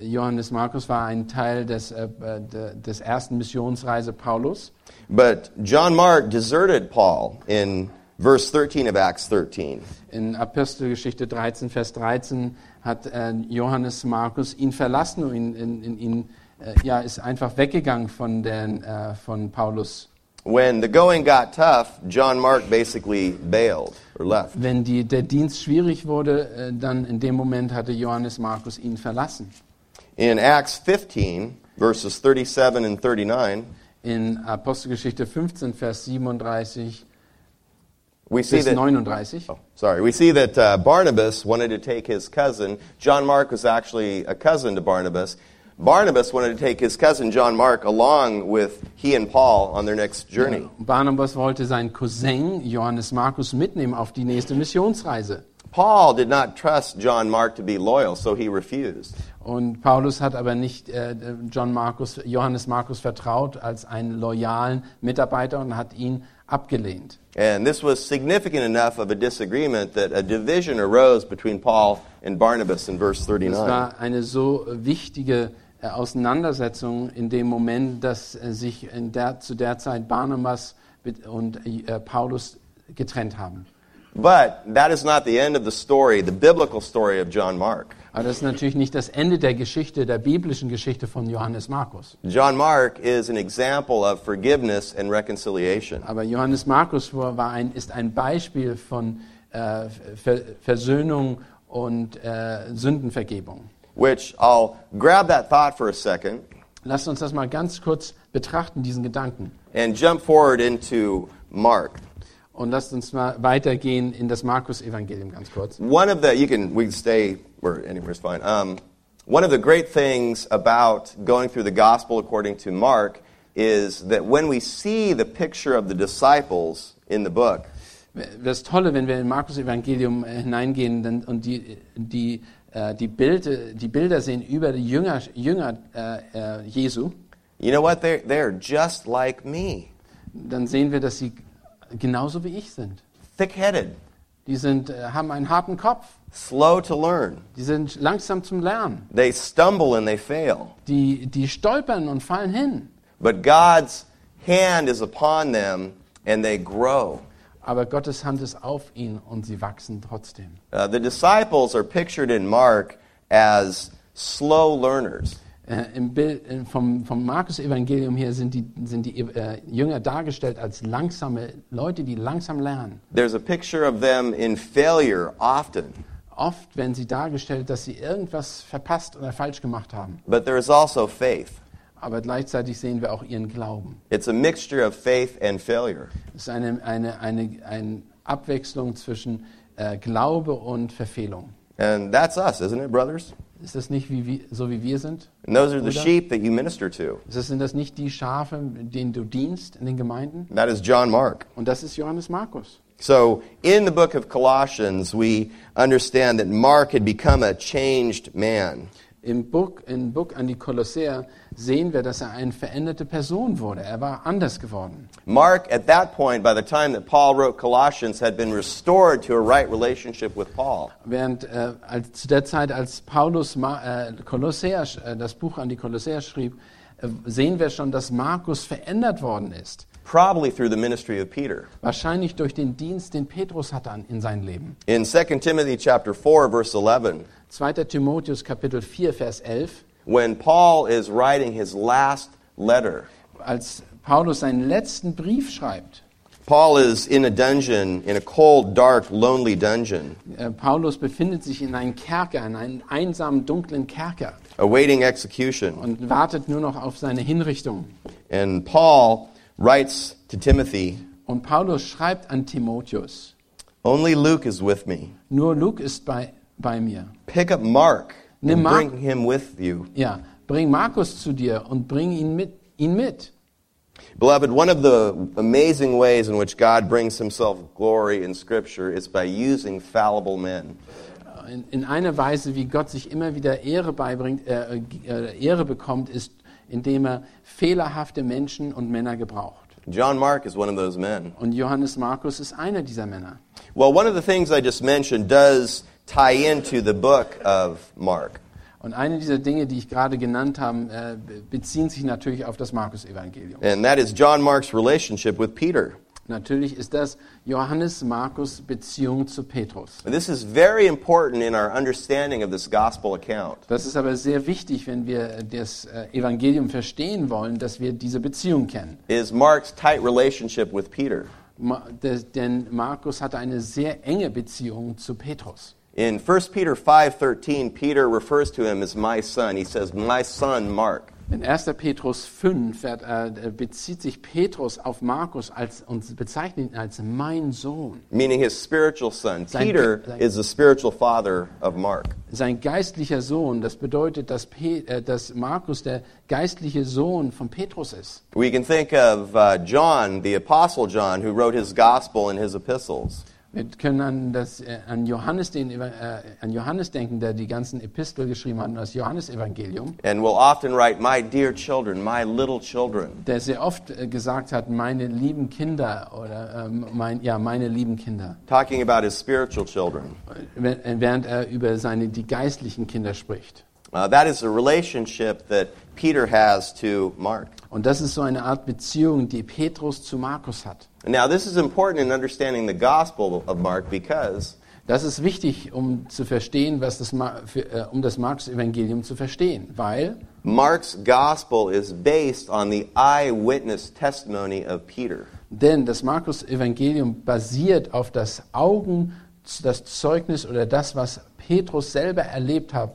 [SPEAKER 2] Äh, Johannes Markus war ein Teil des, äh, äh, de- des ersten Missionsreise Paulus.
[SPEAKER 3] But John Mark deserted Paul in verse 13 of Acts 13.
[SPEAKER 2] In Apostelgeschichte 13, Vers 13 hat äh, Johannes Markus ihn verlassen und ihn, in, in, ihn, äh, ja, ist einfach weggegangen von, den, äh, von Paulus.
[SPEAKER 3] When the going got tough, John Mark basically bailed or left.
[SPEAKER 2] Wenn die, der Dienst schwierig wurde, äh, dann in dem Moment hatte Johannes Markus ihn verlassen.
[SPEAKER 3] In Acts 15, verses 37 and 39,
[SPEAKER 2] In Apostelgeschichte 15, Vers 37
[SPEAKER 3] we see
[SPEAKER 2] bis
[SPEAKER 3] that
[SPEAKER 2] 39.
[SPEAKER 3] Sorry, we see that uh, Barnabas wanted to take his cousin. John Mark was actually a cousin to Barnabas. Barnabas wanted to take his cousin John Mark along with he and Paul on their next journey.
[SPEAKER 2] Barnabas wollte seinen Cousin Johannes Markus mitnehmen auf die nächste Missionsreise.
[SPEAKER 3] Paul did not trust John Mark to be loyal, so he refused.
[SPEAKER 2] Und Paulus hat aber nicht äh, John Markus, Johannes Markus vertraut als einen loyalen Mitarbeiter und hat ihn abgelehnt.
[SPEAKER 3] And this was significant enough of a disagreement that a division arose between Paul and Barnabas in verse
[SPEAKER 2] Es
[SPEAKER 3] 39.
[SPEAKER 2] war eine so wichtige äh, Auseinandersetzung in dem Moment, dass äh, sich in der, zu der Zeit Barnabas mit- und äh, Paulus getrennt haben.
[SPEAKER 3] But that is not the end of the story, the biblical story of John Mark.
[SPEAKER 2] Aber das ist natürlich nicht das Ende der Geschichte, der biblischen Geschichte von Johannes Markus.
[SPEAKER 3] John Mark is an example of forgiveness and reconciliation.
[SPEAKER 2] Aber Johannes Markus war war ein, ist ein Beispiel von äh, Ver Versöhnung und äh, Sündenvergebung.
[SPEAKER 3] which I'll grab that thought for a second
[SPEAKER 2] Lasst uns das mal ganz kurz betrachten, diesen Gedanken.
[SPEAKER 3] and jump forward into Mark.
[SPEAKER 2] Und lasst uns mal weitergehen in das Markus-Evangelium ganz kurz.
[SPEAKER 3] One of the you can we can stay where anywhere's fine. Um, one of the great things about going through the gospel according to Mark is that when we see the picture of the disciples in the book,
[SPEAKER 2] Das Tolle, wenn wir in Markus-Evangelium äh, hineingehen dann, und die, die, äh, die, Bilder, die Bilder sehen über die Jünger, Jünger äh, äh, Jesu,
[SPEAKER 3] you know what? They're, they're just like me.
[SPEAKER 2] dann sehen wir, dass sie genauso wie ich sind.
[SPEAKER 3] thick headed,
[SPEAKER 2] Die sind, äh, haben einen harten Kopf,
[SPEAKER 3] slow to learn.
[SPEAKER 2] die sind langsam zum Lernen,
[SPEAKER 3] They stumble and they fail.
[SPEAKER 2] die, die stolpern und fallen hin.
[SPEAKER 3] But God's hand is upon them and they grow.
[SPEAKER 2] Aber Gottes Hand ist auf ihnen und sie wachsen trotzdem.
[SPEAKER 3] Uh, the disciples are pictured in Mark as slow learners.
[SPEAKER 2] Äh, im Bild, äh, vom, vom Markus-Evangelium her sind die, sind die äh, Jünger dargestellt als langsame Leute, die langsam lernen.
[SPEAKER 3] There's a picture of them in failure often,
[SPEAKER 2] Oft werden sie dargestellt, dass sie irgendwas verpasst oder falsch gemacht haben.
[SPEAKER 3] but there is also faith.
[SPEAKER 2] Aber gleichzeitig sehen wir auch ihren Glauben.
[SPEAKER 3] It's a mixture of faith and failure.
[SPEAKER 2] Es ist eine, eine, eine, eine Abwechslung zwischen äh, Glaube und Verfehlung.
[SPEAKER 3] And that's us, isn't it, brothers?
[SPEAKER 2] Ist das nicht wie, wir- so, wie wir sind?
[SPEAKER 3] And those are the
[SPEAKER 2] Oder?
[SPEAKER 3] sheep that you minister to.
[SPEAKER 2] Ist das, sind das nicht die Schafe, denen du dienst in den Gemeinden?
[SPEAKER 3] That is John Mark.
[SPEAKER 2] Und das ist Johannes Markus.
[SPEAKER 3] So, in the book of Colossians, we understand that Mark had become a changed man.
[SPEAKER 2] Im Buch, im Buch an die Kolossäer sehen wir, dass er eine veränderte Person wurde. Er war anders geworden.
[SPEAKER 3] Mark, at that point, by the time that Paul wrote Colossians, had been restored to a right relationship with Paul.
[SPEAKER 2] Während äh, als, zu der Zeit, als Paulus Ma, äh, Kolossäer, sch- äh, das Buch an die Kolossäer schrieb, äh, sehen wir schon, dass Markus verändert worden ist.
[SPEAKER 3] probably through the ministry of Peter.
[SPEAKER 2] Wahrscheinlich durch den Dienst, den Petrus hatte an, in seinem Leben.
[SPEAKER 3] In 2 Timothy chapter 4 verse 11,
[SPEAKER 2] 2. Timotheus Kapitel 4, Vers 11.
[SPEAKER 3] when Paul is writing his last letter,
[SPEAKER 2] Als Paulus seinen letzten Brief schreibt,
[SPEAKER 3] Paul is in a dungeon, in a cold, dark, lonely dungeon,
[SPEAKER 2] äh, Paulus befindet sich in einem Kerker, in einem einsamen, dunklen Kerker.
[SPEAKER 3] awaiting execution.
[SPEAKER 2] und wartet nur noch auf seine Hinrichtung.
[SPEAKER 3] And Paul writes to Timothy,
[SPEAKER 2] Und Paulus schreibt an Timotheus,
[SPEAKER 3] "Only Luke is with me.
[SPEAKER 2] nur Luke ist bei, bei mir.
[SPEAKER 3] Pick up Mark and
[SPEAKER 2] Nimm Mark.
[SPEAKER 3] bring him with you."
[SPEAKER 2] Ja, bring Markus zu dir und bring ihn mit. Ihn mit.
[SPEAKER 3] Beloved, one of the amazing ways in which God brings himself glory in scripture is by using fallible men.
[SPEAKER 2] In, in einer Weise, wie Gott sich immer wieder Ehre, beibringt, äh, äh, Ehre bekommt, ist, indem er fehlerhafte Menschen und Männer gebraucht.
[SPEAKER 3] John Mark is one of those men.
[SPEAKER 2] Und Johannes Markus ist einer dieser Männer.
[SPEAKER 3] Well, one of the things I just mentioned does tie into the book of Mark.
[SPEAKER 2] Und eine dieser Dinge, die ich gerade genannt habe, äh, be- beziehen sich natürlich auf das Markus-Evangelium.
[SPEAKER 3] And that is John Mark's relationship with Peter.
[SPEAKER 2] Natürlich ist das Johannes Markus Beziehung zu Petrus.
[SPEAKER 3] This is very important in our understanding of this gospel account.
[SPEAKER 2] Das ist aber sehr wichtig, wenn wir das äh, Evangelium verstehen wollen, dass wir diese Beziehung kennen.
[SPEAKER 3] Is Mark's tight relationship with Peter.
[SPEAKER 2] Ma- de- Denn Markus hatte eine sehr enge Beziehung zu Petrus.
[SPEAKER 3] In 1 Peter 5:13, Peter refers to him as my son. He says, "My son Mark."
[SPEAKER 2] In 1. Petrus 5 wird, äh, bezieht sich Petrus auf Markus als, und bezeichnet ihn als mein Sohn.
[SPEAKER 3] Meaning his spiritual son.
[SPEAKER 2] Sein-
[SPEAKER 3] Peter
[SPEAKER 2] sein-
[SPEAKER 3] is the spiritual father of Mark.
[SPEAKER 2] Sein geistlicher Sohn, das bedeutet, dass, Pe äh, dass Markus der geistliche Sohn von Petrus ist.
[SPEAKER 3] We can think of uh, John, the apostle John, who wrote his gospel and his epistles.
[SPEAKER 2] Wir können an, das, äh, an, Johannes den, Eva- äh, an Johannes denken, der die ganzen Epistel geschrieben hat, und das Johannesevangelium,
[SPEAKER 3] and will often write, My dear children, my little children.
[SPEAKER 2] der sehr oft äh, gesagt hat, meine lieben Kinder oder ähm, mein, ja, meine lieben Kinder,
[SPEAKER 3] Talking about his spiritual children.
[SPEAKER 2] äh, während- äh, während er über seine, die geistlichen Kinder spricht.
[SPEAKER 3] Uh, that is the relationship that Peter has to Mark.
[SPEAKER 2] Und das ist so eine Art Beziehung, die Petrus zu Markus hat.
[SPEAKER 3] Now, this is important in understanding the gospel of Mark because
[SPEAKER 2] Das ist wichtig, um zu verstehen, was das, Ma- für, äh, um das Markus-Evangelium zu verstehen, weil
[SPEAKER 3] Mark's gospel is based on the eyewitness testimony of Peter.
[SPEAKER 2] Denn das Markus-Evangelium basiert auf das Augen, das Zeugnis oder das, was Petrus selber erlebt hat.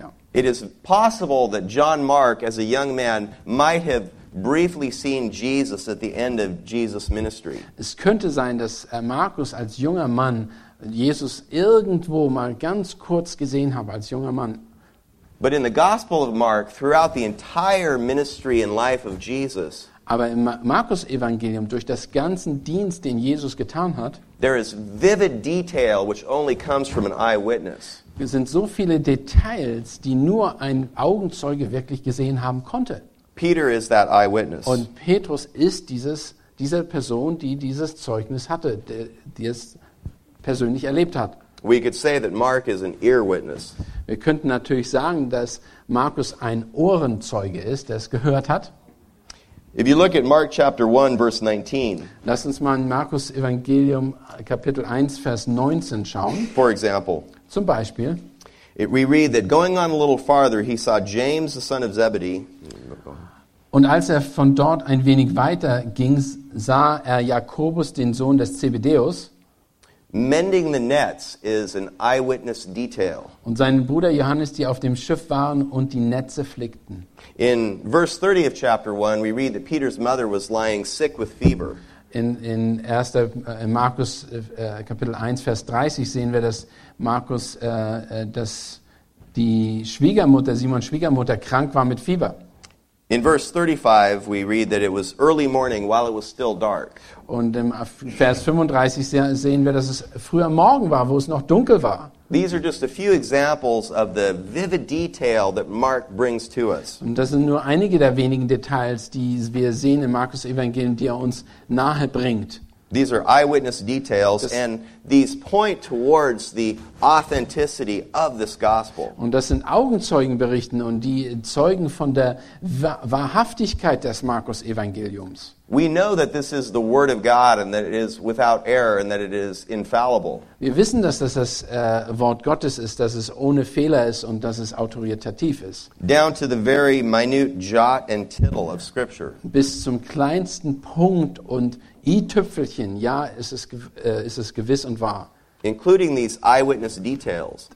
[SPEAKER 2] Ja.
[SPEAKER 3] It is possible that John Mark, as a young man, might have briefly seen Jesus at the end of Jesus' ministry.
[SPEAKER 2] Es könnte sein, dass äh, Markus als junger Mann Jesus irgendwo mal ganz kurz gesehen hat, als junger Mann.
[SPEAKER 3] But in the Gospel of Mark, throughout the entire ministry and life of Jesus,
[SPEAKER 2] Aber im Ma- Markus-Evangelium, durch das ganzen Dienst, den Jesus getan hat,
[SPEAKER 3] there is vivid detail which only comes from an eyewitness.
[SPEAKER 2] sind so viele Details, die nur ein Augenzeuge wirklich gesehen haben konnte.
[SPEAKER 3] Peter is that eyewitness.
[SPEAKER 2] Und Petrus ist dieses, diese Person, die dieses Zeugnis hatte, die, die es persönlich erlebt hat.
[SPEAKER 3] We could say that Mark is an ear witness.
[SPEAKER 2] Wir könnten natürlich sagen, dass Markus ein Ohrenzeuge ist, der es gehört hat.
[SPEAKER 3] If you look at Mark chapter 1 verse 19,
[SPEAKER 2] Lass uns mal in Markus Evangelium äh, Kapitel 1, Vers 19 schauen.
[SPEAKER 3] for example,
[SPEAKER 2] Zum Beispiel,
[SPEAKER 3] it, we read that going on a little farther, he saw James the son of Zebedee.
[SPEAKER 2] Und als er von dort ein wenig weiter ging, sah er Jakobus, den Sohn des Zebedäus,
[SPEAKER 3] Mending the nets is an eyewitness detail.
[SPEAKER 2] und seinen Bruder Johannes, die auf dem Schiff waren und die Netze flickten.
[SPEAKER 3] In verse 30 of chapter 1, we read that Peter's mother was lying sick with fever.
[SPEAKER 2] In, in, 1., äh, in Markus äh, Kapitel 1, Vers 30 sehen wir, dass Markus, äh, äh, dass die Schwiegermutter, Simons Schwiegermutter, krank war mit Fieber.
[SPEAKER 3] In verse 35, we read that it was early morning while it was still dark.
[SPEAKER 2] Und im Vers 35 se- sehen wir, dass es früher Morgen war, wo es noch dunkel war.
[SPEAKER 3] These are just a few examples of the vivid detail that Mark brings to us.
[SPEAKER 2] Und das sind nur einige der wenigen Details, die wir sehen im Markus Evangelium, die er uns nahe bringt.
[SPEAKER 3] These are eyewitness details,
[SPEAKER 2] Yes.
[SPEAKER 3] and these point towards the authenticity of this gospel.
[SPEAKER 2] Und das sind Augenzeugenberichten und die zeugen von der Wa- Wahrhaftigkeit des Markus Evangeliums.
[SPEAKER 3] We know that this is the Word of God and that it is without error and that it is infallible.
[SPEAKER 2] Wir wissen, dass das das äh, Wort Gottes ist, dass es ohne Fehler ist und dass es autoritativ ist.
[SPEAKER 3] down to the very minute jot and tittle of Scripture.
[SPEAKER 2] Bis zum kleinsten Punkt und i-Tüpfelchen, ja, ist es, gew- äh, ist es gewiss und wahr.
[SPEAKER 3] Including these eyewitness details.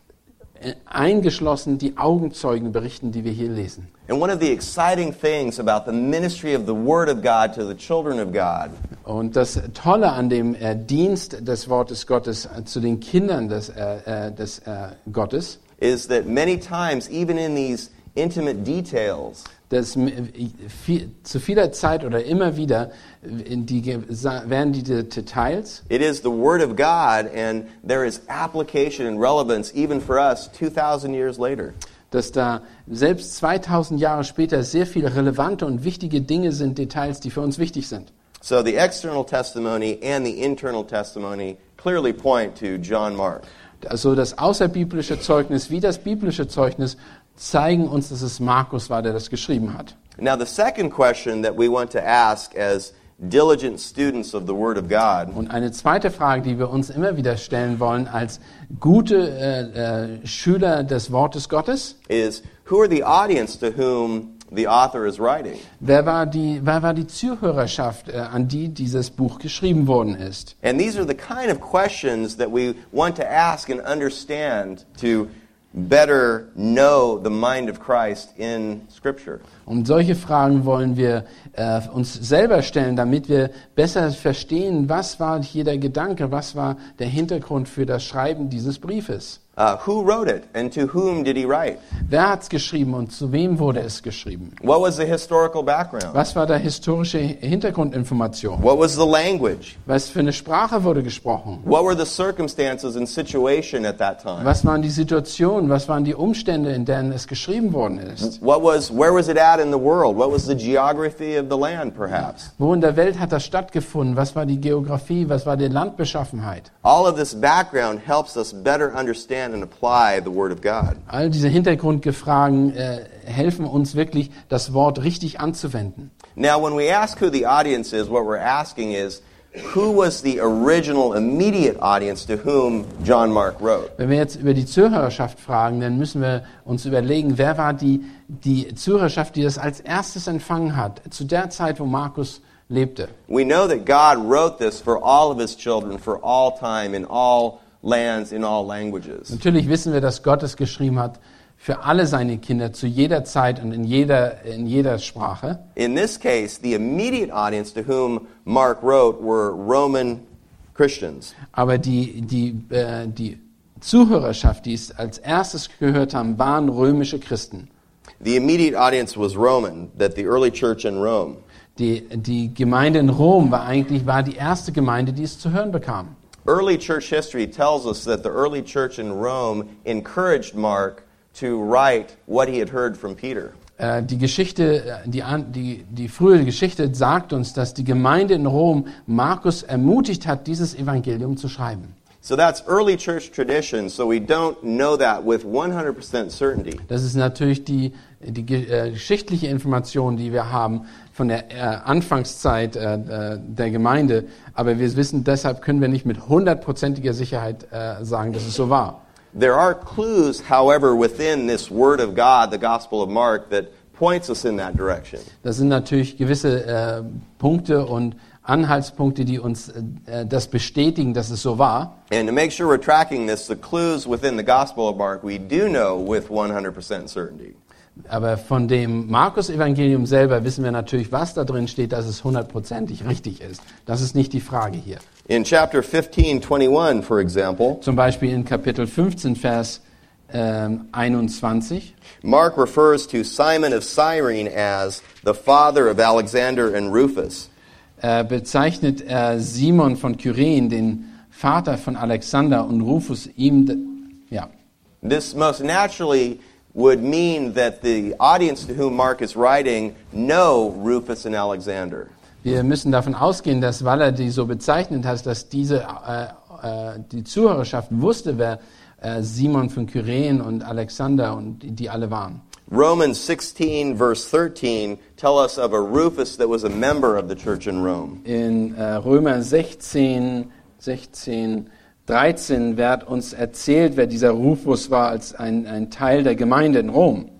[SPEAKER 2] Äh, Eingeschlossen die Augenzeugenberichten, die wir hier lesen.
[SPEAKER 3] And one of the exciting things about the ministry of the Word of God to the children of God
[SPEAKER 2] Und das Tolle an dem äh, Dienst des Wortes Gottes äh, zu den Kindern des, äh, äh, des äh, Gottes,
[SPEAKER 3] is that many times, even in these intimate details,
[SPEAKER 2] dass m- äh, viel, zu vieler Zeit oder immer wieder äh, in die, ge- sa- werden die Details
[SPEAKER 3] it is the Word of God, and there is application and relevance even for us 2,000 years later.
[SPEAKER 2] dass da selbst 2000 Jahre später sehr viele relevante und wichtige Dinge sind, Details, die für uns wichtig sind.
[SPEAKER 3] So the external testimony and the internal testimony clearly point to John Mark.
[SPEAKER 2] Also das außerbiblische Zeugnis wie das biblische Zeugnis zeigen uns, dass es Markus war, der das geschrieben hat.
[SPEAKER 3] Now, the second question that we want to ask as diligent students of the Word of God
[SPEAKER 2] Und eine zweite Frage, die wir uns immer wieder stellen wollen als gute äh, äh, Schüler des Wortes Gottes,
[SPEAKER 3] is who are the audience to whom the author is writing?
[SPEAKER 2] wer war die, wer war die Zuhörerschaft, äh, an die dieses Buch geschrieben worden ist?
[SPEAKER 3] And these are the kind of questions that we want to ask and understand to better know the mind of Christ in Scripture.
[SPEAKER 2] Und Um solche Fragen wollen wir äh, uns selber stellen, damit wir besser verstehen, was war hier der Gedanke, was war der Hintergrund für das Schreiben dieses Briefes.
[SPEAKER 3] Uh, who wrote it and to whom did he write?
[SPEAKER 2] Wer hat es geschrieben und zu wem wurde es geschrieben?
[SPEAKER 3] What was the historical background?
[SPEAKER 2] Was war da historische Hintergrundinformation?
[SPEAKER 3] What was the language?
[SPEAKER 2] Was für eine Sprache wurde gesprochen?
[SPEAKER 3] What were the circumstances and situation at that time?
[SPEAKER 2] Was waren die Situationen, was waren die Umstände, in denen es geschrieben worden ist?
[SPEAKER 3] What was, where was it at in the world? What was the geography of the land, perhaps?
[SPEAKER 2] Wo in der Welt hat das stattgefunden? Was war die Geografie? Was war die Landbeschaffenheit?
[SPEAKER 3] All of this background helps us better understand and apply the Word of God.
[SPEAKER 2] All diese Hintergrundgefragen äh, helfen uns wirklich, das Wort richtig anzuwenden.
[SPEAKER 3] Now, when we ask who the audience is, what we're asking is who was the original immediate audience to whom John Mark wrote?
[SPEAKER 2] Wenn wir jetzt über die Zuhörerschaft fragen, dann müssen wir uns überlegen, wer war die, die Zuhörerschaft, die das als erstes empfangen hat, zu der Zeit, wo Markus lebte.
[SPEAKER 3] We know that God wrote this for all of his children for all time, in all lands, in all languages.
[SPEAKER 2] Natürlich wissen wir, dass Gott es geschrieben hat für alle seine Kinder zu jeder Zeit und in jeder, in jeder Sprache.
[SPEAKER 3] In this case, the immediate audience to whom Mark wrote were Roman Christians.
[SPEAKER 2] Aber die, die, äh, die Zuhörerschaft, die es als erstes gehört haben, waren römische Christen.
[SPEAKER 3] The immediate audience was Roman, that the early church in Rome.
[SPEAKER 2] Die, die Gemeinde in Rom war eigentlich war die erste Gemeinde, die es zu hören bekam.
[SPEAKER 3] Early church history tells us that the early church in Rome encouraged Mark to write what he had heard from Peter.
[SPEAKER 2] Äh, die Geschichte, äh, die, an- die, die frühe Geschichte sagt uns, dass die Gemeinde in Rom Markus ermutigt hat, dieses Evangelium zu schreiben.
[SPEAKER 3] So that's early church tradition, so we don't know that with 100% certainty.
[SPEAKER 2] Das ist natürlich die, die ge- äh, geschichtliche Information, die wir haben von der äh, Anfangszeit äh, äh, der Gemeinde. Aber wir wissen, deshalb können wir nicht mit hundertprozentiger Sicherheit äh, sagen, dass es so war.
[SPEAKER 3] There are clues, however, within this Word of God, the Gospel of Mark, that points us in that direction.
[SPEAKER 2] Das sind natürlich gewisse äh, Punkte und Anhaltspunkte, die uns äh, äh, das bestätigen, dass es so war.
[SPEAKER 3] And to make sure we're tracking this, the clues within the Gospel of Mark we do know with 100% certainty.
[SPEAKER 2] Aber von dem Markus-Evangelium selber wissen wir natürlich, was da drin steht, dass es hundertprozentig richtig ist. Das ist nicht die Frage hier.
[SPEAKER 3] In chapter 15, 21, for example,
[SPEAKER 2] Zum Beispiel in Kapitel 15, Vers ähm, 21.
[SPEAKER 3] Mark refers to Simon of Cyrene as the father of Alexander and Rufus.
[SPEAKER 2] äh, bezeichnet er Simon von Kyrene, den Vater von Alexander, und Rufus ihm, d- ja,
[SPEAKER 3] This most naturally would mean that the audience to whom Mark is writing know Rufus and Alexander.
[SPEAKER 2] wir müssen davon ausgehen, dass weil er die so bezeichnet hat, dass diese, äh, äh, die Zuhörerschaft wusste, wer äh, Simon von Kyrene und Alexander und die, die alle waren.
[SPEAKER 3] Romans 16, verse 13, tell us of a Rufus that was a member of the church in Rome.
[SPEAKER 2] In äh, Römer 16, 16, 13 wird uns erzählt, wer dieser Rufus war als ein, ein Teil der Gemeinde in Rom.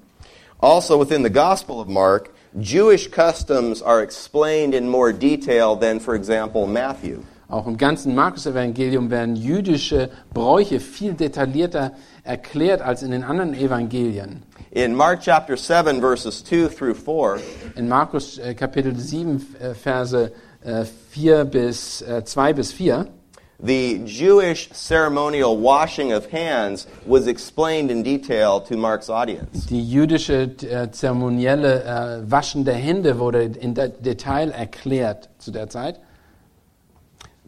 [SPEAKER 3] Also, within the Gospel of Mark, Jewish customs are explained in more detail than, for example, Matthew.
[SPEAKER 2] Auch im ganzen Markus-Evangelium werden jüdische Bräuche viel detaillierter erklärt als in den anderen Evangelien.
[SPEAKER 3] In Mark chapter 7, verses 2 through 4,
[SPEAKER 2] In Markus äh, Kapitel 7, äh, Verse äh, 4 bis, äh, 2 bis 4
[SPEAKER 3] the Jewish ceremonial washing of hands was explained in detail to Mark's audience.
[SPEAKER 2] die jüdische äh, zeremonielle äh, Waschen der Hände wurde in De Detail erklärt zu der Zeit.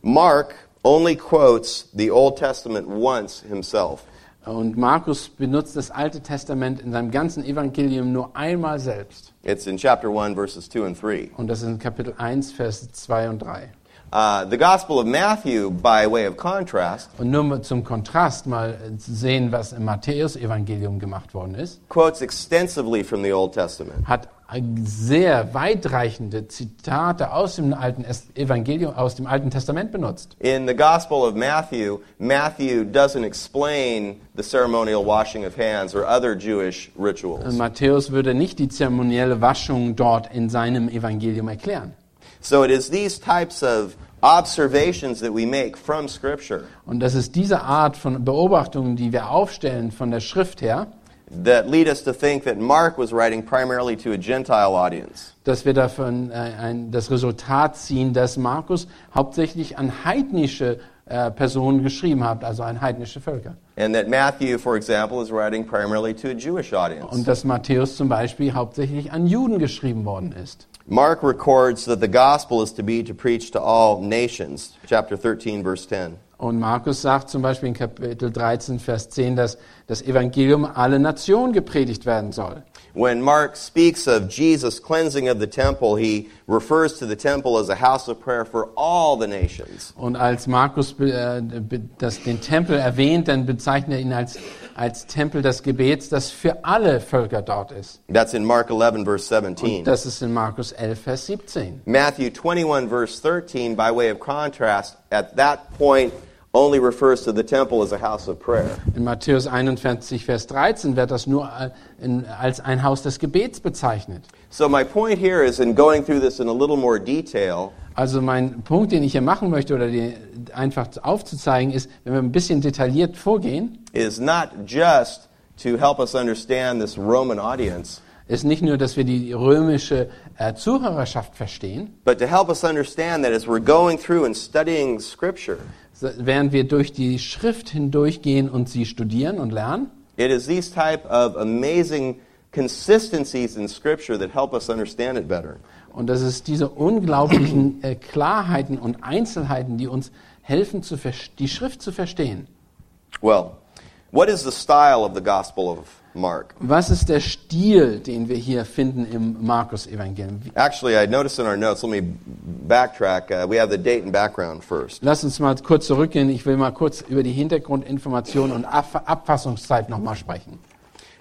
[SPEAKER 3] Mark only quotes the Old Testament once himself.
[SPEAKER 2] Und Markus benutzt das Alte Testament in seinem ganzen Evangelium nur einmal selbst.
[SPEAKER 3] It's in chapter 1, verses 2 and 3.
[SPEAKER 2] Und das ist in Kapitel 1, Vers 2 und 3.
[SPEAKER 3] Uh, the Gospel of Matthew, by way of contrast,
[SPEAKER 2] Und nur mal zum Kontrast mal äh, zu sehen, was im Matthäus-Evangelium gemacht worden ist,
[SPEAKER 3] quotes extensively from the Old Testament.
[SPEAKER 2] hat äh, sehr weitreichende Zitate aus dem alten Es- Evangelium, aus dem Alten Testament benutzt.
[SPEAKER 3] In the Gospel of Matthew, Matthew doesn't explain the ceremonial washing of hands or other Jewish
[SPEAKER 2] Und
[SPEAKER 3] rituals.
[SPEAKER 2] Matthäus würde nicht die zeremonielle Waschung dort in seinem Evangelium erklären.
[SPEAKER 3] So it is these types of observations that we make from Scripture
[SPEAKER 2] Und das ist diese Art von Beobachtungen, die wir aufstellen von der Schrift her,
[SPEAKER 3] that lead us to think that Mark was writing primarily to a Gentile audience.
[SPEAKER 2] dass wir davon äh, ein, das Resultat ziehen, dass Markus hauptsächlich an heidnische äh, Personen geschrieben hat, also an heidnische Völker.
[SPEAKER 3] And that Matthew, for example, is writing primarily to a Jewish
[SPEAKER 2] Und
[SPEAKER 3] audience.
[SPEAKER 2] dass Matthäus zum Beispiel hauptsächlich an Juden geschrieben worden ist.
[SPEAKER 3] Mark records that the gospel is to be to preach to all nations, chapter 13, verse 10.
[SPEAKER 2] Und Markus sagt zum Beispiel in Kapitel 13, Vers 10, dass das Evangelium alle Nationen gepredigt werden soll.
[SPEAKER 3] When Mark speaks of Jesus' cleansing of the temple, he refers to the temple as a house of prayer for all the nations.
[SPEAKER 2] Und als Markus be- äh, be- das, den Tempel erwähnt, dann bezeichnet er ihn als, als Tempel des Gebets, das für alle Völker dort ist.
[SPEAKER 3] That's in Mark 11, verse 17.
[SPEAKER 2] Das ist in Markus 11, Vers 17.
[SPEAKER 3] Matthew 21, verse 13, by way of contrast, at that point only refers to the temple as a house of prayer.
[SPEAKER 2] In Matthäus 41, Vers 13 wird das nur äh, in, als ein Haus des Gebets bezeichnet.
[SPEAKER 3] So, my point here is in going through this in a little more detail,
[SPEAKER 2] Also mein Punkt, den ich hier machen möchte oder die einfach aufzuzeigen ist, wenn wir ein bisschen detailliert vorgehen,
[SPEAKER 3] is not just to help us understand this Roman audience,
[SPEAKER 2] ist nicht nur, dass wir die römische äh, Zuhörerschaft verstehen,
[SPEAKER 3] but to help us understand that as we're going through and studying Scripture,
[SPEAKER 2] so- während wir durch die Schrift hindurchgehen und sie studieren und lernen,
[SPEAKER 3] It is these type of amazing consistencies in Scripture that help us understand it better.
[SPEAKER 2] und das ist diese unglaublichen äh, Klarheiten und Einzelheiten, die uns helfen, zu vers- die Schrift zu verstehen.
[SPEAKER 3] Well, what is the style of the Gospel of Mark?
[SPEAKER 2] Was ist der Stil, den wir hier finden im Markus-Evangelium? Wie-
[SPEAKER 3] Actually, I noticed in our notes, let me backtrack. Uh, we have the date and background first.
[SPEAKER 2] Lass uns mal kurz zurückgehen. Ich will mal kurz über die Hintergrundinformationen und Ab Abfassungszeit nochmal sprechen.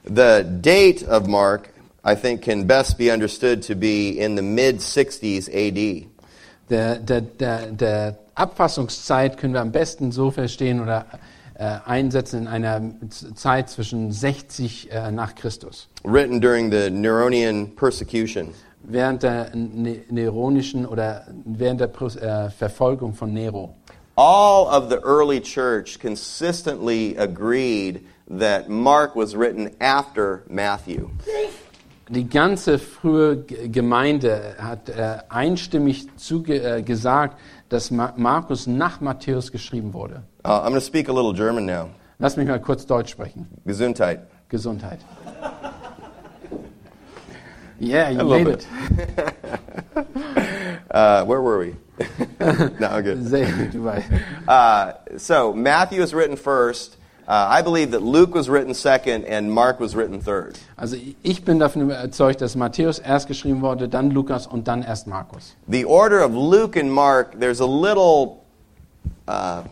[SPEAKER 3] The date of Mark, I think, can best be understood to be in the mid 60s AD.
[SPEAKER 2] Der, der, der, der Abfassungszeit können wir am besten so verstehen oder äh, einsetzen in einer Z- Zeit zwischen 60 äh, nach Christus.
[SPEAKER 3] written during the Neronian persecution.
[SPEAKER 2] Während der ne neronischen oder während der Pros- äh, Verfolgung von Nero.
[SPEAKER 3] All of the early church consistently agreed that Mark was written after Matthew.
[SPEAKER 2] Die ganze frühe G- Gemeinde hat äh, einstimmig zuge äh, gesagt, dass Ma Markus nach Matthäus geschrieben wurde.
[SPEAKER 3] Uh, I'm going to speak a little German now.
[SPEAKER 2] Lass mich mal kurz Deutsch sprechen.
[SPEAKER 3] Gesundheit.
[SPEAKER 2] Gesundheit. Yeah, you
[SPEAKER 3] love
[SPEAKER 2] made
[SPEAKER 3] it.
[SPEAKER 2] it.
[SPEAKER 3] Uh, where were we? no, I'm good.
[SPEAKER 2] Sehr gut, du weißt.
[SPEAKER 3] Uh, so Matthew was written first. Uh, I believe that Luke was written second, and Mark was written third.
[SPEAKER 2] Also ich bin davon überzeugt, dass Matthäus erst geschrieben wurde, dann Lukas und dann erst Markus.
[SPEAKER 3] The order of Luke and Mark, there's a little uh,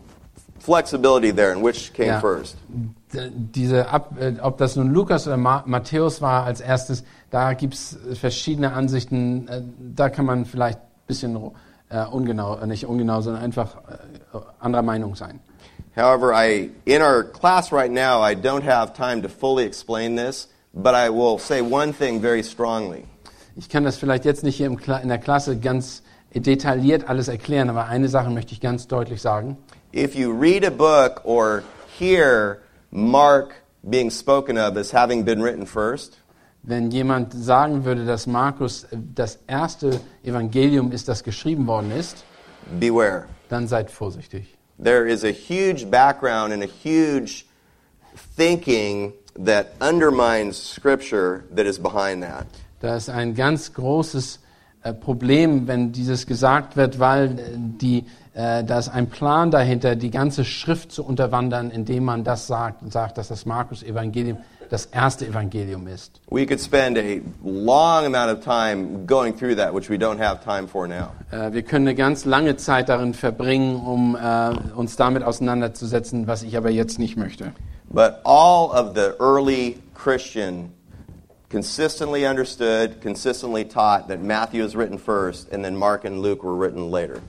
[SPEAKER 3] flexibility there in which came
[SPEAKER 2] Ja.
[SPEAKER 3] first.
[SPEAKER 2] D- Diese Ab äh, ob das nun Lukas oder Ma Matthäus war als erstes, da gibt's äh, verschiedene Ansichten. äh, Da kann man vielleicht ein bisschen äh, ungenau, äh, nicht ungenau, sondern einfach äh, anderer Meinung sein.
[SPEAKER 3] However, I in our class right now, I don't have time to fully explain this, but I will say one thing very strongly.
[SPEAKER 2] Ich kann das vielleicht jetzt nicht hier im Kla in der Klasse ganz detailliert alles erklären, aber eine Sache möchte ich ganz deutlich sagen.
[SPEAKER 3] If you read a book or hear Mark being spoken of as having been written first,
[SPEAKER 2] Wenn jemand sagen würde, dass Markus äh, das erste Evangelium ist, das geschrieben worden ist,
[SPEAKER 3] beware.
[SPEAKER 2] dann seid vorsichtig.
[SPEAKER 3] There is a huge background and a huge thinking that undermines scripture that is behind that.
[SPEAKER 2] Da ist ein ganz großes äh, Problem, wenn dieses gesagt wird, weil äh, die, äh, da ist ein Plan dahinter, die ganze Schrift zu unterwandern, indem man das sagt und sagt, dass das Markus-Evangelium das erste Evangelium ist.
[SPEAKER 3] We could spend a long amount of time going through that, which we don't have time for now.
[SPEAKER 2] Äh, wir können eine ganz lange Zeit darin verbringen, um äh, uns damit auseinanderzusetzen, was ich aber jetzt nicht möchte.
[SPEAKER 3] But all of the early Christian consistently understood, consistently taught that Matthew was written first and then Mark and Luke were written later.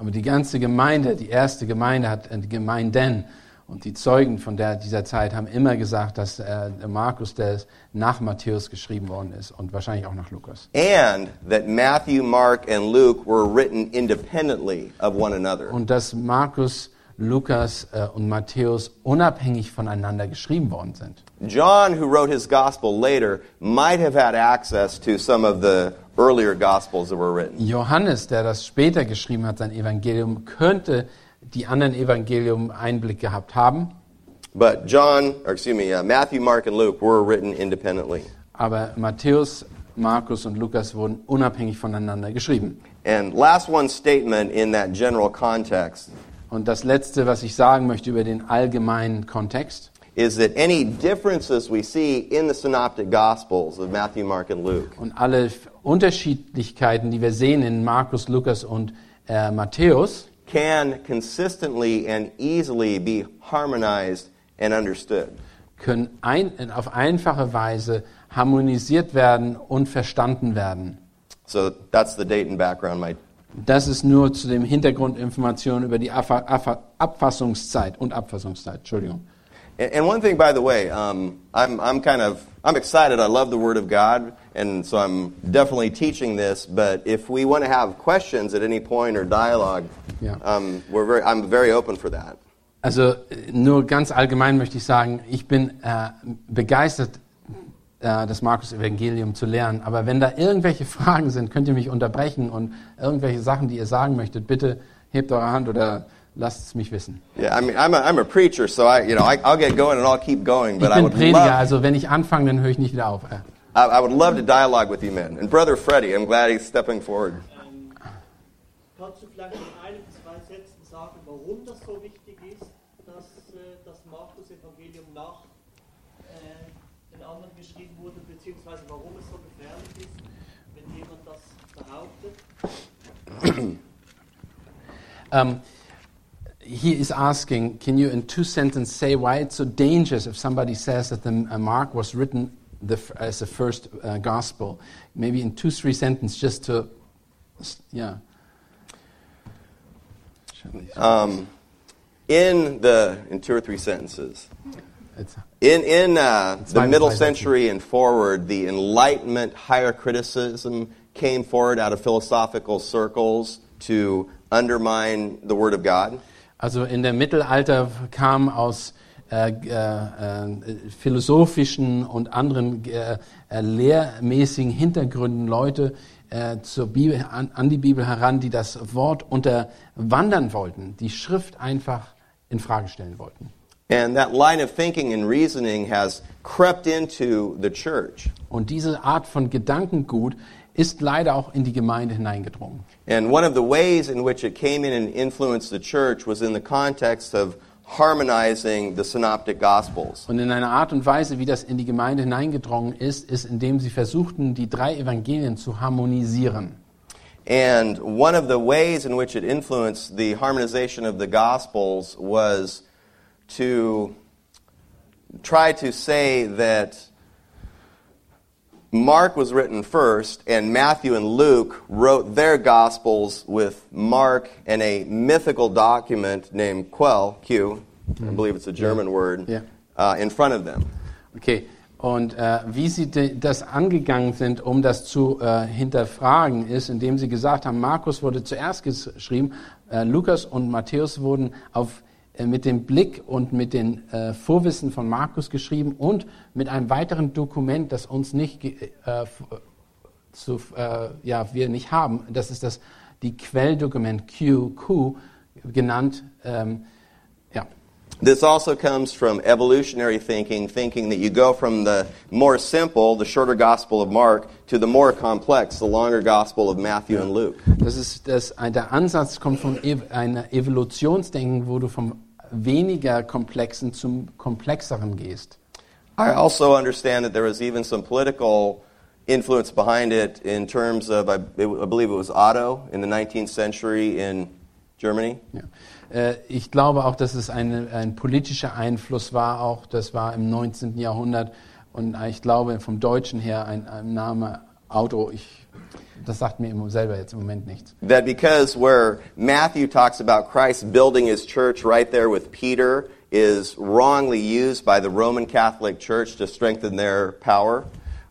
[SPEAKER 2] Aber die ganze Gemeinde, die erste Gemeinde hat äh, die Gemeinden und die Zeugen von der, dieser Zeit haben immer gesagt, dass äh, Markus der nach Matthäus geschrieben worden ist und wahrscheinlich auch nach Lukas.
[SPEAKER 3] And that Matthew, Mark, and Luke were written independently of one another.
[SPEAKER 2] Und dass Markus, Lukas äh, und Matthäus unabhängig voneinander geschrieben worden sind.
[SPEAKER 3] John, who wrote his gospel later, might have had access to some of the earlier gospels that were written.
[SPEAKER 2] Johannes, der das später geschrieben hat, sein Evangelium, könnte die anderen Evangelium Einblick gehabt haben.
[SPEAKER 3] But John, or excuse me, uh, Matthew, Mark, and Luke were written independently.
[SPEAKER 2] Aber Matthäus, Markus und Lukas wurden unabhängig voneinander geschrieben.
[SPEAKER 3] And last one statement in that general context
[SPEAKER 2] Und das Letzte, was ich sagen möchte über den allgemeinen Kontext,
[SPEAKER 3] is that any differences we see in the synoptic gospels of Matthew, Mark, and Luke
[SPEAKER 2] und alle F- Unterschiedlichkeiten, die wir sehen in Markus, Lukas und äh, Matthäus,
[SPEAKER 3] can consistently and easily be harmonized and understood.
[SPEAKER 2] können ein, auf einfache Weise harmonisiert werden und verstanden werden.
[SPEAKER 3] So that's the date and background. My
[SPEAKER 2] Das ist nur zu dem Hintergrundinformationen über die Affa Affa Abfassungszeit und Abfassungszeit. Entschuldigung.
[SPEAKER 3] and and one thing, by the way, um, I'm, I'm kind of I'm excited. I love the Word of God, and so I'm definitely teaching this. But if we want to have questions at any point or dialogue,
[SPEAKER 2] Yeah.
[SPEAKER 3] um, we're very, I'm very open for that.
[SPEAKER 2] Also äh, nur ganz allgemein möchte ich sagen, ich bin äh, begeistert, äh, das Markus-Evangelium zu lernen. Aber wenn da irgendwelche Fragen sind, könnt ihr mich unterbrechen und irgendwelche Sachen, die ihr sagen möchtet, bitte hebt eure Hand oder lasst es mich wissen.
[SPEAKER 3] Yeah, I mean, I'm a, I'm a preacher, so I, you know, I, I'll get going and I'll keep going.
[SPEAKER 2] Ich
[SPEAKER 3] But I
[SPEAKER 2] bin
[SPEAKER 3] would
[SPEAKER 2] Prediger,
[SPEAKER 3] love,
[SPEAKER 2] also wenn ich anfange, dann höre ich nicht wieder auf. Äh,
[SPEAKER 3] I, I would love to dialogue with you men. And brother Freddie, I'm glad he's stepping forward.
[SPEAKER 4] Ähm, kannst du vielleicht in einem, zwei Sätzen sagen, warum das so wichtig ist, dass äh, das Markus-Evangelium nach äh, den anderen geschrieben wurde, beziehungsweise warum es so gefährlich ist, wenn jemand das behauptet.
[SPEAKER 2] Um, he is asking, can you in two sentences say why it's so dangerous if somebody says that the uh, Mark was written the, f- as the first uh, gospel? Maybe in two, three sentences, just to, s- yeah.
[SPEAKER 3] Um, in the in two or three sentences.
[SPEAKER 2] It's,
[SPEAKER 3] In, in uh, the
[SPEAKER 2] fine,
[SPEAKER 3] middle
[SPEAKER 2] fine,
[SPEAKER 3] century and forward, the Enlightenment higher criticism came forward out of philosophical circles to undermine the Word of God.
[SPEAKER 2] also in der Mittelalter kam aus äh, g- äh, äh, philosophischen und anderen äh, äh, lehrmäßigen Hintergründen Leute äh, zur Bibel, an, an die Bibel heran, die das Wort unterwandern wollten, die Schrift einfach in Frage stellen wollten.
[SPEAKER 3] And that line of thinking and reasoning has crept into the church.
[SPEAKER 2] Und diese Art von Gedankengut ist leider auch in die Gemeinde hineingedrungen.
[SPEAKER 3] And one of the ways in which it came in and influenced the church was in the context of harmonizing the synoptic gospels.
[SPEAKER 2] Und in einer Art und Weise, wie das in die Gemeinde hineingedrungen ist, ist, indem sie versuchten, die drei Evangelien zu harmonisieren.
[SPEAKER 3] And one of the ways in which it influenced the harmonization of the gospels was to try to say that Mark was written first, and Matthew and Luke wrote their gospels with Mark and a mythical document named Quell, Q, I believe it's a German word,
[SPEAKER 2] Mm-hmm. Yeah.
[SPEAKER 3] uh, in front of them.
[SPEAKER 2] Okay, und äh, wie sie de, das angegangen sind, um das zu äh, hinterfragen, ist, indem sie gesagt haben, Markus wurde zuerst ges- geschrieben, äh, Lukas und Matthäus wurden auf, äh, mit dem Blick und mit den äh, Vorwissen von Markus geschrieben und mit einem weiteren Dokument, das uns nicht ge- äh, f- zu, äh, ja, wir nicht haben. Das ist das, die Quelldokument QQ genannt. Ähm, ja.
[SPEAKER 3] This also comes from evolutionary thinking, thinking that you go from the more simple, the shorter Gospel of Mark, to the more complex, the longer Gospel of Matthew and Luke.
[SPEAKER 2] Das ist das, äh, der Ansatz kommt von Ev einer Evolutionsdenken, wo du vom weniger komplexen zum komplexeren gehst.
[SPEAKER 3] I also understand that there was even some political influence behind it in terms of, I, I believe it was Otto in the 19th century in Germany.
[SPEAKER 2] Ja. Äh, Ich glaube auch, dass es eine, ein politischer Einfluss war, auch das war im 19. Jahrhundert und ich glaube vom Deutschen her ein, ein Name Auto, ich, das sagt mir im- selber jetzt im Moment nichts.
[SPEAKER 3] That because where Matthew talks about Christ building his church right there with Peter is wrongly used by the Roman Catholic Church to strengthen their power.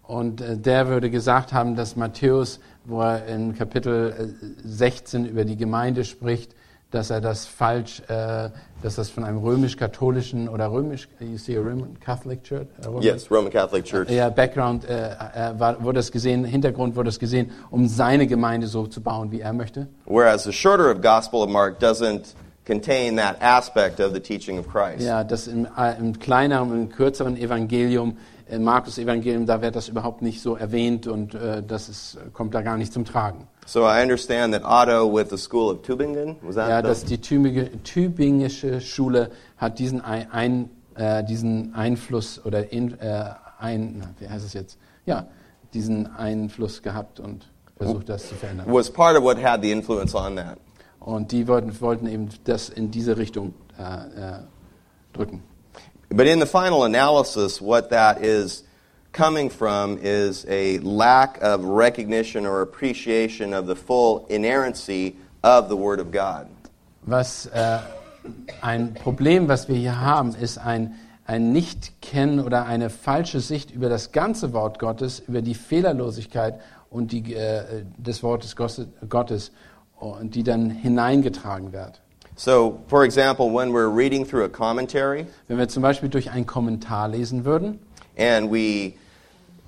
[SPEAKER 2] Und äh, der würde gesagt haben, dass Matthäus, wo er in Kapitel äh, 16 über die Gemeinde spricht, dass er das falsch, äh, dass das von einem römisch-katholischen oder römisch, you see a Roman Catholic Church? A Roman-
[SPEAKER 3] Yes, Roman Catholic Church.
[SPEAKER 2] Ja, Background äh, äh, war, wurde es gesehen, Hintergrund wurde es gesehen, um seine Gemeinde so zu bauen, wie er möchte.
[SPEAKER 3] Whereas the shorter of Gospel of Mark doesn't contain that aspect of the teaching of Christ.
[SPEAKER 2] Ja, das im, äh, im kleineren, im kürzeren Evangelium, im Markus-Evangelium, da wird das überhaupt nicht so erwähnt und äh, das ist, kommt da gar nicht zum Tragen.
[SPEAKER 3] So I understand that Otto with the school of Tübingen, was that
[SPEAKER 2] Ja,
[SPEAKER 3] the-
[SPEAKER 2] dass die Tübinge- tübingische Schule hat diesen, ein, ein, äh, diesen Einfluss oder in, äh, ein, na, wie heißt es jetzt? Ja, diesen Einfluss gehabt und versucht, das zu verändern.
[SPEAKER 3] was part of what had the influence on that.
[SPEAKER 2] Und die wollten, wollten eben das in diese Richtung äh, äh, drücken.
[SPEAKER 3] But in the final analysis, what that is coming from is a lack of recognition or appreciation of the full inerrancy of the Word of God.
[SPEAKER 2] Was äh, ein Problem, was wir hier haben, ist ein, ein Nicht-Kennen oder eine falsche Sicht über das ganze Wort Gottes, über die Fehlerlosigkeit und die, äh, des Wortes Gosse- Gottes, und die dann hineingetragen wird.
[SPEAKER 3] So, for example, when we're reading through a commentary,
[SPEAKER 2] Wenn wir zum Beispiel durch einen Kommentar lesen würden
[SPEAKER 3] And we,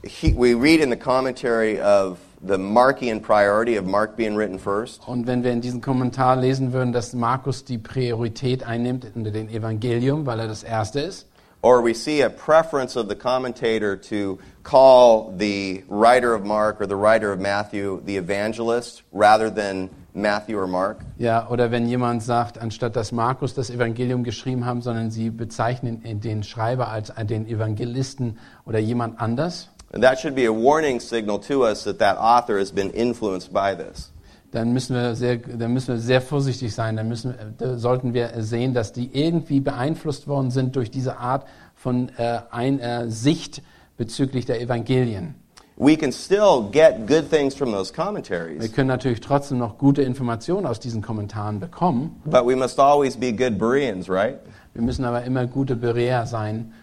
[SPEAKER 3] he, we read in the commentary of the Markian priority of Mark being written first.
[SPEAKER 2] und wenn wir in diesem Kommentar lesen würden, dass Markus die Priorität einnimmt unter dem Evangelium, weil er das Erste ist,
[SPEAKER 3] or we see a preference of the commentator to call the writer of Mark or the writer of Matthew the evangelist rather than Matthew or Mark.
[SPEAKER 2] Ja, oder wenn jemand sagt, anstatt dass Markus das Evangelium geschrieben haben, sondern sie bezeichnen den Schreiber als den Evangelisten oder jemand anders,
[SPEAKER 3] And that should be a warning signal to us that that author has been influenced by this.
[SPEAKER 2] dann müssen wir sehr, dann müssen wir sehr vorsichtig sein. Dann müssen, da sollten wir sehen, dass die irgendwie beeinflusst worden sind durch diese Art von äh, ein, äh, Sicht bezüglich der Evangelien.
[SPEAKER 3] We can still get good things from those
[SPEAKER 2] Wir
[SPEAKER 3] commentaries,
[SPEAKER 2] können natürlich trotzdem noch gute Informationen aus diesen Kommentaren bekommen.
[SPEAKER 3] but we must always be good Bereans, right?
[SPEAKER 2] Wir müssen aber immer gute Bereher sein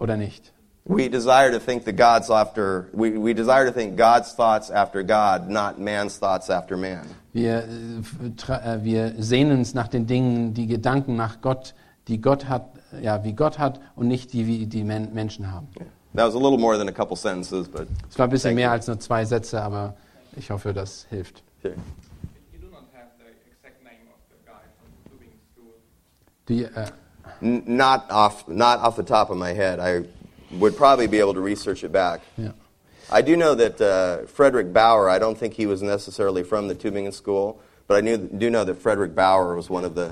[SPEAKER 2] oder nicht.
[SPEAKER 3] We desire to think the God's after we, we desire to think God's thoughts after God, not man's thoughts after man.
[SPEAKER 2] Wir, äh, f- tra- äh, wir sehnen uns nach den Dingen, die Gedanken nach Gott, die Gott hat, ja, wie Gott hat und nicht die, wie die Men Menschen haben.
[SPEAKER 3] That was a little more than a couple sentences, but
[SPEAKER 2] Es war ein bisschen
[SPEAKER 3] Thank
[SPEAKER 2] mehr
[SPEAKER 3] you.
[SPEAKER 2] als nur zwei Sätze, aber ich hoffe, das hilft.
[SPEAKER 3] here.
[SPEAKER 5] You do not have the exact name of the guy from Tubing School.
[SPEAKER 2] Die, äh,
[SPEAKER 3] N- not off not off the top of my head. I would probably be able to research it back.
[SPEAKER 2] ja.
[SPEAKER 3] I do know that uh, Frederick Bauer, I don't think he was necessarily from the Tübingen School, but I knew, do know that Frederick Bauer was one of the.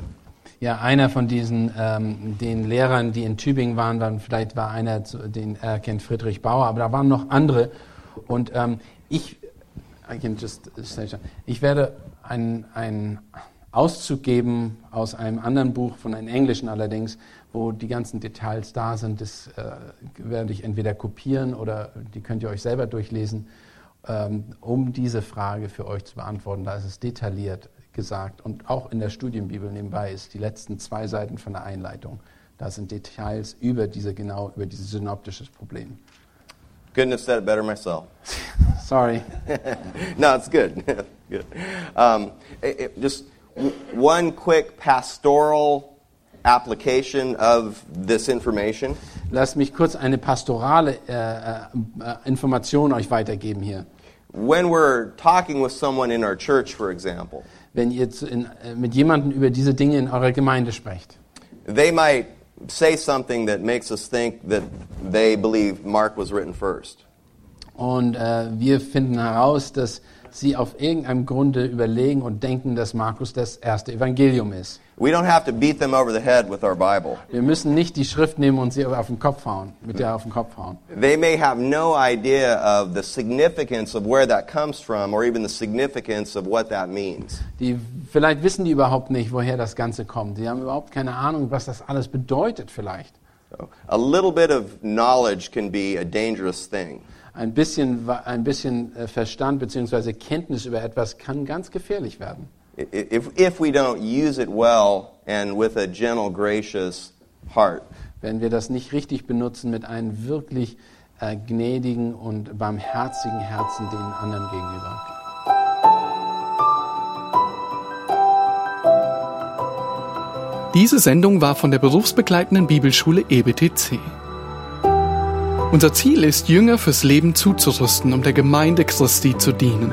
[SPEAKER 2] ja, einer von diesen ähm, den Lehrern, die in Tübingen waren, waren vielleicht war einer, zu- den äh, kennt Friedrich Bauer, aber da waren noch andere. Und ähm, ich, I can just say that. ich werde einen einen Auszug geben aus einem anderen Buch, von einem englischen allerdings, wo die ganzen Details da sind. Das äh, werde ich entweder kopieren oder die könnt ihr euch selber durchlesen, ähm, um diese Frage für euch zu beantworten. Da ist es detailliert gesagt und auch in der Studienbibel nebenbei ist die letzten zwei Seiten von der Einleitung. Da sind Details über diese genau über dieses synoptische Problem.
[SPEAKER 3] Couldn't have said it better myself.
[SPEAKER 2] Sorry.
[SPEAKER 3] no, it's good. good. Um, it- it- just w- one quick pastoral application of this information.
[SPEAKER 2] Lasst mich kurz eine pastorale äh, äh, Information euch weitergeben hier.
[SPEAKER 3] When we're talking with someone in our church, for example,
[SPEAKER 2] Wenn ihr zu, in, äh, mit jemandem über diese Dinge in eurer Gemeinde sprecht,
[SPEAKER 3] they might say something that makes us think that they believe Mark was written first.
[SPEAKER 2] und äh, wir finden heraus, dass sie auf irgendeinem Grunde überlegen und denken, dass Markus das erste Evangelium ist.
[SPEAKER 3] We don't have to beat them over the head with our Bible.
[SPEAKER 2] Wir müssen nicht die Schrift nehmen und sie auf den Kopf hauen, mit der auf den Kopf hauen.
[SPEAKER 3] They may have no idea of the significance of where that comes from or even the significance of what that means.
[SPEAKER 2] Die, vielleicht wissen die überhaupt nicht, woher das Ganze kommt. Die haben überhaupt keine Ahnung, was das alles bedeutet vielleicht.
[SPEAKER 3] So, a little bit of knowledge can be a dangerous thing.
[SPEAKER 2] Ein bisschen, wa- ein bisschen äh, Verstand bzw. Kenntnis über etwas kann ganz gefährlich werden,
[SPEAKER 3] I- i- If, if we don't use it well and with a gentle, gracious heart.
[SPEAKER 2] wenn wir das nicht richtig benutzen mit einem wirklich äh, gnädigen und barmherzigen Herzen den anderen gegenüber.
[SPEAKER 1] Diese Sendung war von der berufsbegleitenden Bibelschule E EBTC. Unser Ziel ist, Jünger fürs Leben zuzurüsten, um der Gemeinde Christi zu dienen.